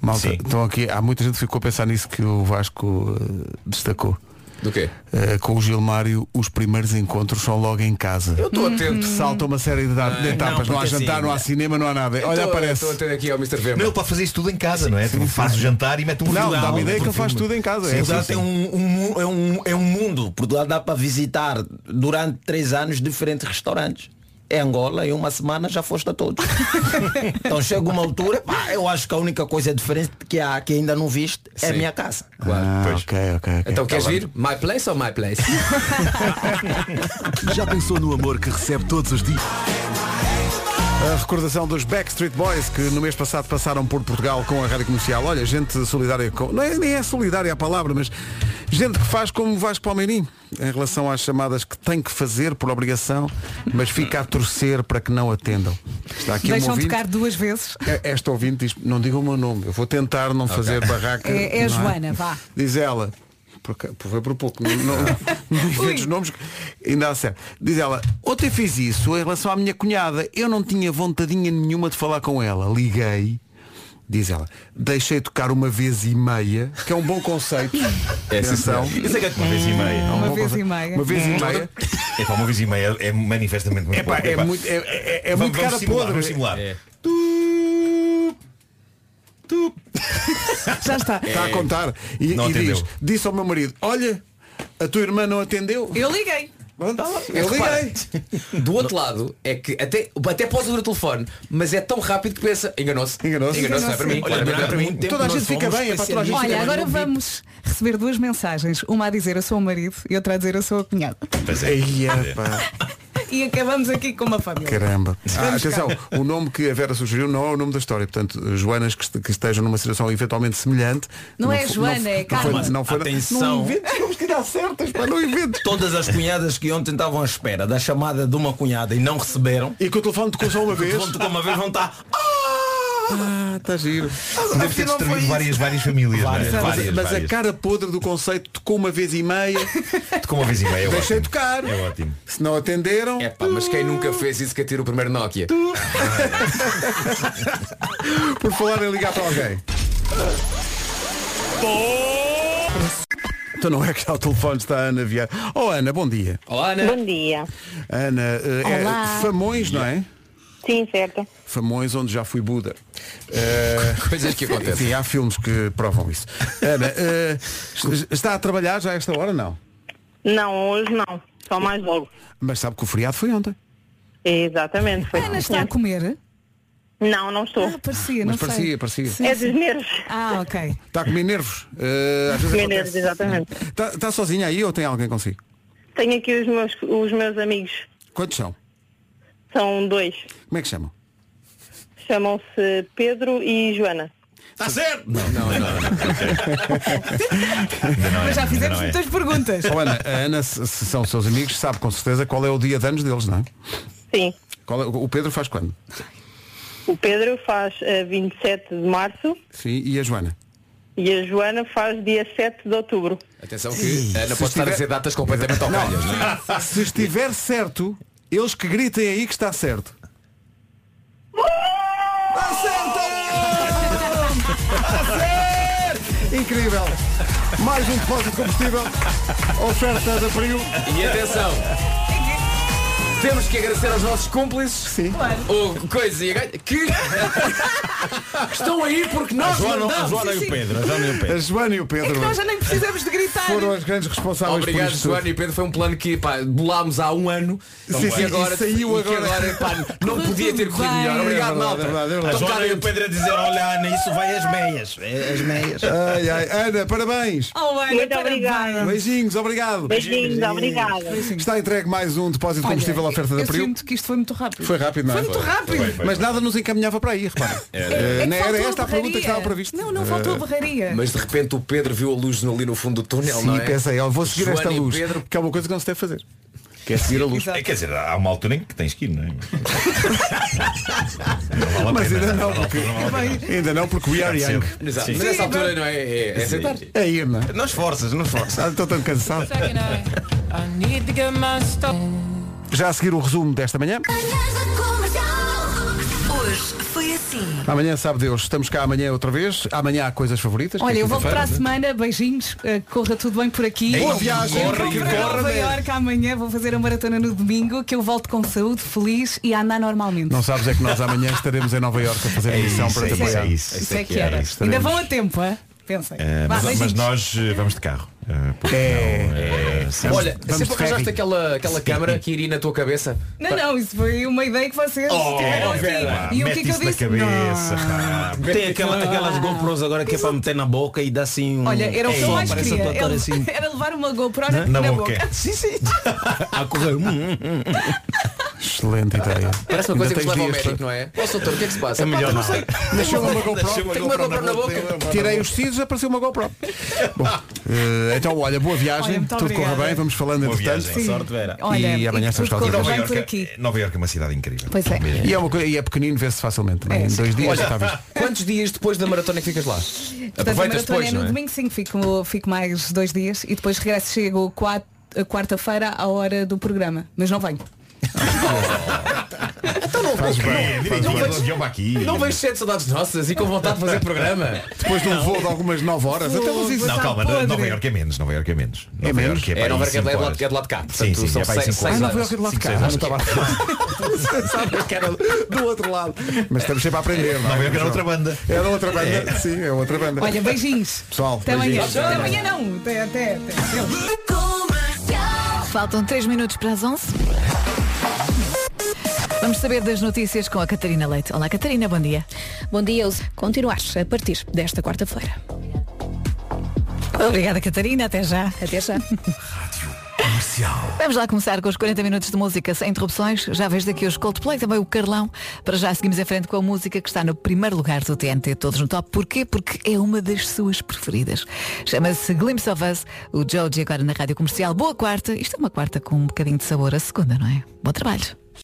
Speaker 1: Malta, estão aqui, há muita gente que ficou a pensar nisso que o Vasco eh, destacou.
Speaker 8: Do quê?
Speaker 1: Eh, com o Gilmário, os primeiros encontros são logo em casa.
Speaker 8: Eu estou atento.
Speaker 1: Salta uma série de, da- de
Speaker 8: Ah,
Speaker 1: etapas. Não,
Speaker 8: não,
Speaker 1: há
Speaker 8: porque
Speaker 1: jantar,
Speaker 8: assim,
Speaker 1: não há cinema, não há nada.
Speaker 8: Eu
Speaker 1: Olha,
Speaker 8: estou-
Speaker 1: aparece.
Speaker 8: Estou atento aqui ao Mr. Vemba.
Speaker 3: Não, ele pode fazer isso tudo em casa, não é? Tipo, faz o jantar e mete um
Speaker 1: Não,
Speaker 3: filme.
Speaker 1: dá uma ideia
Speaker 3: mete
Speaker 1: que
Speaker 3: um
Speaker 1: ele faz
Speaker 3: filme.
Speaker 1: tudo em casa.
Speaker 3: Sim,
Speaker 1: É
Speaker 3: sim,
Speaker 1: assim.
Speaker 3: sim.
Speaker 2: É um, um mu- é, um, é um mundo, por lá dá para visitar durante três anos diferentes restaurantes. É Angola, em uma semana já foste a todos. então chega uma altura, pá, eu acho que a única coisa diferente que há que ainda não viste é a
Speaker 8: Sim.
Speaker 2: minha casa.
Speaker 1: Ah, ok, ok, ok.
Speaker 8: Então queres vir? My place ou my place?
Speaker 12: Já pensou no amor que recebe todos os dias?
Speaker 1: A recordação dos Backstreet Boys que no mês passado passaram por Portugal com a rádio comercial. Olha, gente solidária com. Não é, nem é solidária a palavra, mas gente que faz como o Vasco Palmeirim em relação às chamadas que tem que fazer por obrigação, mas fica a torcer para que não atendam. Está aqui um
Speaker 4: Deixam
Speaker 1: ouvinte.
Speaker 4: tocar duas vezes.
Speaker 1: É- Esta ouvinte diz, não diga o meu nome, eu vou tentar não fazer barraca.
Speaker 4: É, é a
Speaker 1: não
Speaker 4: Joana, vá.
Speaker 1: Diz ela, porque, por- foi por pouco, não, não, não inventes nomes, ainda há certo. Diz ela, ontem fiz isso em relação à minha cunhada, eu não tinha vontadinha nenhuma de falar com ela. Liguei, diz ela, deixei tocar uma vez e meia, que é um bom conceito.
Speaker 3: É, sim,
Speaker 1: Atenção.
Speaker 3: senhor. Isso é que é uma vez e meia.
Speaker 1: É um
Speaker 4: Uma
Speaker 1: bom
Speaker 4: vez e
Speaker 1: conceito.
Speaker 4: meia.
Speaker 1: Uma vez e
Speaker 3: Hum.
Speaker 1: meia.
Speaker 3: É pá, uma vez e meia é manifestamente muito
Speaker 1: É pá,
Speaker 3: pouco.
Speaker 1: é
Speaker 3: pá.
Speaker 1: muito, é, é, é
Speaker 3: Vamos-
Speaker 1: muito cara
Speaker 3: vamos simular,
Speaker 1: podre.
Speaker 3: Vamos simular.
Speaker 2: É.
Speaker 4: Já está.
Speaker 1: Está a contar. E,
Speaker 3: É, Não
Speaker 1: e diz,
Speaker 3: atendeu.
Speaker 1: disse ao meu marido, olha, a tua irmã não atendeu.
Speaker 4: Eu liguei.
Speaker 1: Pronto,
Speaker 8: Eu
Speaker 1: eu liguei.
Speaker 8: liguei. Do outro lado, é que até, até podes ouvir o telefone, mas é tão rápido que pensa, enganou-se.
Speaker 1: Enganou-se.
Speaker 8: não é para mim.
Speaker 1: Olha,
Speaker 8: Olha, não é para mim.
Speaker 1: Toda a gente fica bem, é para toda a gente
Speaker 4: Olha,
Speaker 1: fica
Speaker 4: agora
Speaker 1: bem.
Speaker 4: vamos receber duas mensagens. Uma a dizer eu sou o marido e outra a dizer eu sou a cunhada.
Speaker 3: Pois é.
Speaker 1: Ei, epá,
Speaker 4: E acabamos aqui com uma família.
Speaker 1: caramba. Ah,
Speaker 4: Vamos
Speaker 1: atenção, o nome que a Vera sugeriu não é o nome da história. Portanto, Joanas que este- que estejam numa situação eventualmente semelhante.
Speaker 4: Não é
Speaker 1: fo-
Speaker 4: Joana,
Speaker 1: fo-
Speaker 4: é
Speaker 1: Não
Speaker 4: Carla.
Speaker 1: foi, não foi,
Speaker 2: Atenção.
Speaker 1: Não inventes nomes que dá certas, para não é inventes.
Speaker 2: Todas as cunhadas que ontem estavam à espera da chamada de uma cunhada e não receberam,
Speaker 1: E que o telefone tocou só uma vez.
Speaker 2: vão tocar uma vez vão estar.
Speaker 1: Ah, está giro.
Speaker 3: Deve ter destruído várias, várias famílias. não é?
Speaker 1: Mas-
Speaker 3: Várias,
Speaker 1: mas a
Speaker 3: várias.
Speaker 1: cara podre do conceito tocou uma vez e meia,
Speaker 3: Com uma vez e meia. é
Speaker 1: deixei
Speaker 3: ótimo.
Speaker 1: tocar.
Speaker 3: É ótimo.
Speaker 1: Se não atenderam,
Speaker 8: É pá, mas quem nunca fez isso que atira o primeiro Nokia?
Speaker 1: por falar em ligar para alguém. Então não é que está o telefone, está a Ana Vieira. Oh Ana, bom dia.
Speaker 8: Olá, Ana.
Speaker 7: dia.
Speaker 1: Ana, eh,
Speaker 7: Olá.
Speaker 1: é Famões, não é?
Speaker 7: Sim, certo.
Speaker 1: Famões onde já fui Buda. Eh,
Speaker 8: Coisas que acontecem.
Speaker 1: enfim, há filmes que provam isso. Ana, eh, es- está a trabalhar já a esta hora não?
Speaker 7: Não, hoje não.
Speaker 13: Só mais logo.
Speaker 1: Mas sabe que o feriado foi ontem.
Speaker 13: Exatamente. Foi
Speaker 4: Ana está a comer?
Speaker 13: Não, não estou.
Speaker 4: Ah, parecia,
Speaker 1: Mas não sei. parecia, é, parecia. Sim,
Speaker 13: é
Speaker 1: sim.
Speaker 13: dos nervos.
Speaker 4: Ah, ok.
Speaker 1: Está a comer nervos. Eh, às vezes
Speaker 13: Comer
Speaker 1: acontece.
Speaker 13: nervos, exatamente.
Speaker 1: Está, está sozinha aí ou tem alguém consigo?
Speaker 13: Tenho aqui os meus, os meus amigos.
Speaker 1: Quantos são?
Speaker 13: São dois.
Speaker 1: Como é que chamam?
Speaker 13: Chamam-se Pedro e Joana.
Speaker 8: Está certo!
Speaker 1: Não, não, não.
Speaker 4: Mas já
Speaker 1: é.
Speaker 4: fizemos muitas perguntas.
Speaker 1: Oh, Ana, a Ana, se se são seus amigos, sabe com certeza qual é o dia de anos deles, não é?
Speaker 13: Sim.
Speaker 1: Qual é- o Pedro faz quando?
Speaker 13: O Pedro faz eh, 27 de março
Speaker 1: Sim, e a Joana?
Speaker 13: e a Joana faz dia 7 de outubro.
Speaker 2: Atenção que a Ana
Speaker 1: Se
Speaker 2: pode estar a dizer
Speaker 1: estiver-
Speaker 2: datas completamente ao calhas. não é?
Speaker 1: Ah, Se estiver certo, eles que gritem aí que está certo. Incrível! Mais um depósito de combustível. Oferta da Priu.
Speaker 2: E atenção! Temos que agradecer aos nossos cúmplices Sim. O Coisa e a Gaita, que estão aí porque nós
Speaker 1: A Joana-
Speaker 2: mandamos.
Speaker 1: a Joana e o Pedro, a Joana e o Pedro. A Joana e o Pedro.
Speaker 4: É que nós já nem precisamos de gritar.
Speaker 1: Foram as grandes responsáveis
Speaker 2: Obrigado,
Speaker 1: por isto.
Speaker 2: Joana e Pedro. Foi um plano que pá, bolámos há um ano
Speaker 1: Sim,
Speaker 2: e
Speaker 1: sim,
Speaker 2: que agora,
Speaker 1: e saiu
Speaker 2: e que
Speaker 1: agora.
Speaker 2: pá, não podia ter corrido
Speaker 1: Bem.
Speaker 2: melhor. Obrigado,
Speaker 1: É verdade,
Speaker 2: malta.
Speaker 1: é verdade, é verdade.
Speaker 2: Tocar
Speaker 1: Joana e
Speaker 2: em-
Speaker 1: o
Speaker 3: Pedro a dizer, olha Ana, isso vai às meias. É, Às meias.
Speaker 1: Ai, ai. Ana, parabéns.
Speaker 4: Oh, Ana,
Speaker 13: Muito
Speaker 4: parabéns.
Speaker 13: obrigada.
Speaker 1: Beijinhos, obrigado.
Speaker 13: Beijinhos, obrigada.
Speaker 1: Está entregue mais um depósito de combustível à oferta da
Speaker 4: eu
Speaker 1: Priu.
Speaker 4: sinto que isto foi muito rápido.
Speaker 1: Foi rápido, não é?
Speaker 4: Foi muito rápido.
Speaker 1: Mas nada nos encaminhava para aí, repara. Eh,
Speaker 4: É que
Speaker 1: não era
Speaker 4: faltou
Speaker 1: esta a
Speaker 4: berraria.
Speaker 1: pergunta que estava prevista. Eh,
Speaker 4: Não, não faltou a barraria.
Speaker 2: Mas de repente o Pedro viu a luz ali no fundo do túnel,
Speaker 1: Sim,
Speaker 2: não é?
Speaker 1: pensei, ó, vou seguir
Speaker 2: Joana
Speaker 1: esta
Speaker 2: e
Speaker 1: luz,
Speaker 2: Pedro,
Speaker 1: que é uma coisa que não se deve fazer.
Speaker 8: Quer seguir a
Speaker 4: luz. Exato.
Speaker 8: Quer dizer, há uma altura em que tens que ir, não é? Não vale a
Speaker 1: Mas
Speaker 8: pena.
Speaker 1: ainda não, porque, ainda não, porque we are young.
Speaker 2: Exato. Mas nessa altura não é, é, é aceitar.
Speaker 1: É ir, então, não é?
Speaker 8: Não esforças, não esforças.
Speaker 1: Ah, Estou tão cansado. Já a seguir o resumo desta manhã.
Speaker 7: Hoje foi assim.
Speaker 1: Amanhã, sabe Deus, estamos cá amanhã outra vez. Amanhã há coisas favoritas. que
Speaker 4: Olha,
Speaker 1: é
Speaker 4: eu volto para a
Speaker 1: quinta-feira.
Speaker 4: semana, beijinhos, eh, corra tudo bem por aqui.
Speaker 1: Boa viagem.
Speaker 4: Eu
Speaker 1: Corre,
Speaker 4: vou para
Speaker 1: corre,
Speaker 4: Nova
Speaker 1: velho.
Speaker 4: Iorque amanhã, vou fazer a maratona no domingo, que eu volto com saúde, feliz e a andar normalmente.
Speaker 1: Não sabes é que nós amanhã estaremos em Nova Iorque a fazer a missão para te
Speaker 4: isso,
Speaker 1: apoiar.
Speaker 4: é isso. Isso é que era. Ainda
Speaker 1: Estaremos.
Speaker 4: vão a tempo, hã? Pensem.
Speaker 8: Eh,
Speaker 4: Vá,
Speaker 8: mas- mas,
Speaker 4: beijinhos.
Speaker 8: nós eh, vamos de carro. eh, porque não, eh, sempre-
Speaker 2: Olha, sempre
Speaker 8: de ferry.
Speaker 2: arranjaste aquela, aquela câmara que iria na tua cabeça.
Speaker 4: Não, não, isso foi uma ideia que vocês tiveram aqui.
Speaker 1: Ah,
Speaker 2: Vera.
Speaker 4: E o que é que eu disse?
Speaker 3: Tem aquela- aquelas GoPros agora que é para meter na boca e dá assim um.
Speaker 4: Olha, era o que eu
Speaker 3: Só
Speaker 4: mais
Speaker 3: parece
Speaker 4: queria.
Speaker 3: um doutor
Speaker 4: Ele-
Speaker 3: assim.
Speaker 4: Era levar uma GoPro
Speaker 3: Na-
Speaker 4: na,
Speaker 3: na
Speaker 4: na
Speaker 3: boca.
Speaker 4: boca.
Speaker 3: Sim, sim. A correr.
Speaker 8: hum,
Speaker 1: Excelente ideia.
Speaker 2: Parece uma
Speaker 1: Ainda
Speaker 2: coisa que se
Speaker 1: tens
Speaker 2: leva ao
Speaker 1: dias
Speaker 2: médico, não é? Ó, doutor, o que é que se passa?
Speaker 1: É
Speaker 2: Pá,
Speaker 1: melhor
Speaker 2: não
Speaker 1: não.
Speaker 2: sei.
Speaker 1: Deixa uma
Speaker 2: GoPro. Tenho uma GoPro na boca.
Speaker 1: Tirei os sisos, apareceu uma GoPro. Bom, eh, então olha, boa viagem,
Speaker 4: Olha, muito
Speaker 1: tudo corra
Speaker 4: obrigada.
Speaker 1: bem, vamos falando
Speaker 8: Boa
Speaker 1: entretanto.
Speaker 8: viagem, Sim. sorte, Vera.
Speaker 4: Olha,
Speaker 1: e amanhã
Speaker 4: e
Speaker 1: estamos cá
Speaker 4: tudo
Speaker 1: outra
Speaker 4: corra
Speaker 1: vez.
Speaker 4: bem por
Speaker 8: Iorque-
Speaker 4: aqui.
Speaker 8: Nova Iorque é uma cidade incrível.
Speaker 4: Pois é.
Speaker 1: E é, uma coisa, e é pequenino, vê-se facilmente.
Speaker 4: É,
Speaker 1: Em
Speaker 4: sim.
Speaker 1: dois dias
Speaker 2: Olha,
Speaker 1: já está visto.
Speaker 2: Quantos dias depois da maratona é que ficas lá?
Speaker 4: Portanto, a maratona
Speaker 2: Aproveitas depois,
Speaker 4: é no
Speaker 2: não é?
Speaker 4: domingo, sim, fico, fico mais dois dias e depois regresso, chego qua- a quarta-feira à hora do programa, mas não venho.
Speaker 2: Então não
Speaker 8: Faz bem,
Speaker 2: não
Speaker 8: direitinho,
Speaker 2: vejo-
Speaker 8: avião para aqui.
Speaker 2: Não vejo sete saudades nossas e com vontade de fazer programa.
Speaker 1: Depois de um voo de algumas 9 horas, até mas isso.
Speaker 8: Não, calma,
Speaker 2: podre.
Speaker 8: Nova Iorque é menos, Nova Iorque é menos. Nova
Speaker 1: menos?
Speaker 8: Iorque
Speaker 2: É,
Speaker 8: para
Speaker 2: Nova
Speaker 8: aí
Speaker 2: Iorque é de
Speaker 8: cinco
Speaker 2: lá-
Speaker 8: horas.
Speaker 2: é de lá de cá, portanto,
Speaker 8: Sim, sim,
Speaker 2: são
Speaker 8: é para aí
Speaker 2: seis-
Speaker 8: cinco
Speaker 2: seis
Speaker 8: horas.
Speaker 1: Ah, Nova Iorque é de lá de
Speaker 8: Cinco,
Speaker 1: cá.
Speaker 8: seis
Speaker 1: Ah, não
Speaker 8: horas.
Speaker 1: estava a- Sabes que era do outro lado. Mas estamos sempre a aprender. não é?
Speaker 8: Nova Iorque era outra banda.
Speaker 1: Era outra banda. Sim, é outra banda.
Speaker 4: Olha, beijinhos.
Speaker 1: Pessoal,
Speaker 4: Até amanhã.
Speaker 1: beijinhos.
Speaker 4: Até amanhã não. Até, até, até.
Speaker 14: Faltam 3 minutos para as 11. Vamos saber das notícias com a Catarina Leite. Olá, Catarina, bom dia.
Speaker 15: Bom dia, Elsa. Continuares a partir desta quarta-feira.
Speaker 14: Obrigada, Catarina. Até já. Até já. Vamos lá começar com os 40 minutos de música sem interrupções. Já vês daqui os Coldplay, também o Carlão. Para já seguimos em frente com a música que está no primeiro lugar do TNT Todos no Top. Porquê? Porque é uma das suas preferidas. Chama-se Glimpse of Us, o Joji agora na Rádio Comercial. Boa quarta. Isto é uma quarta com um bocadinho de sabor a segunda, não é? Bom trabalho.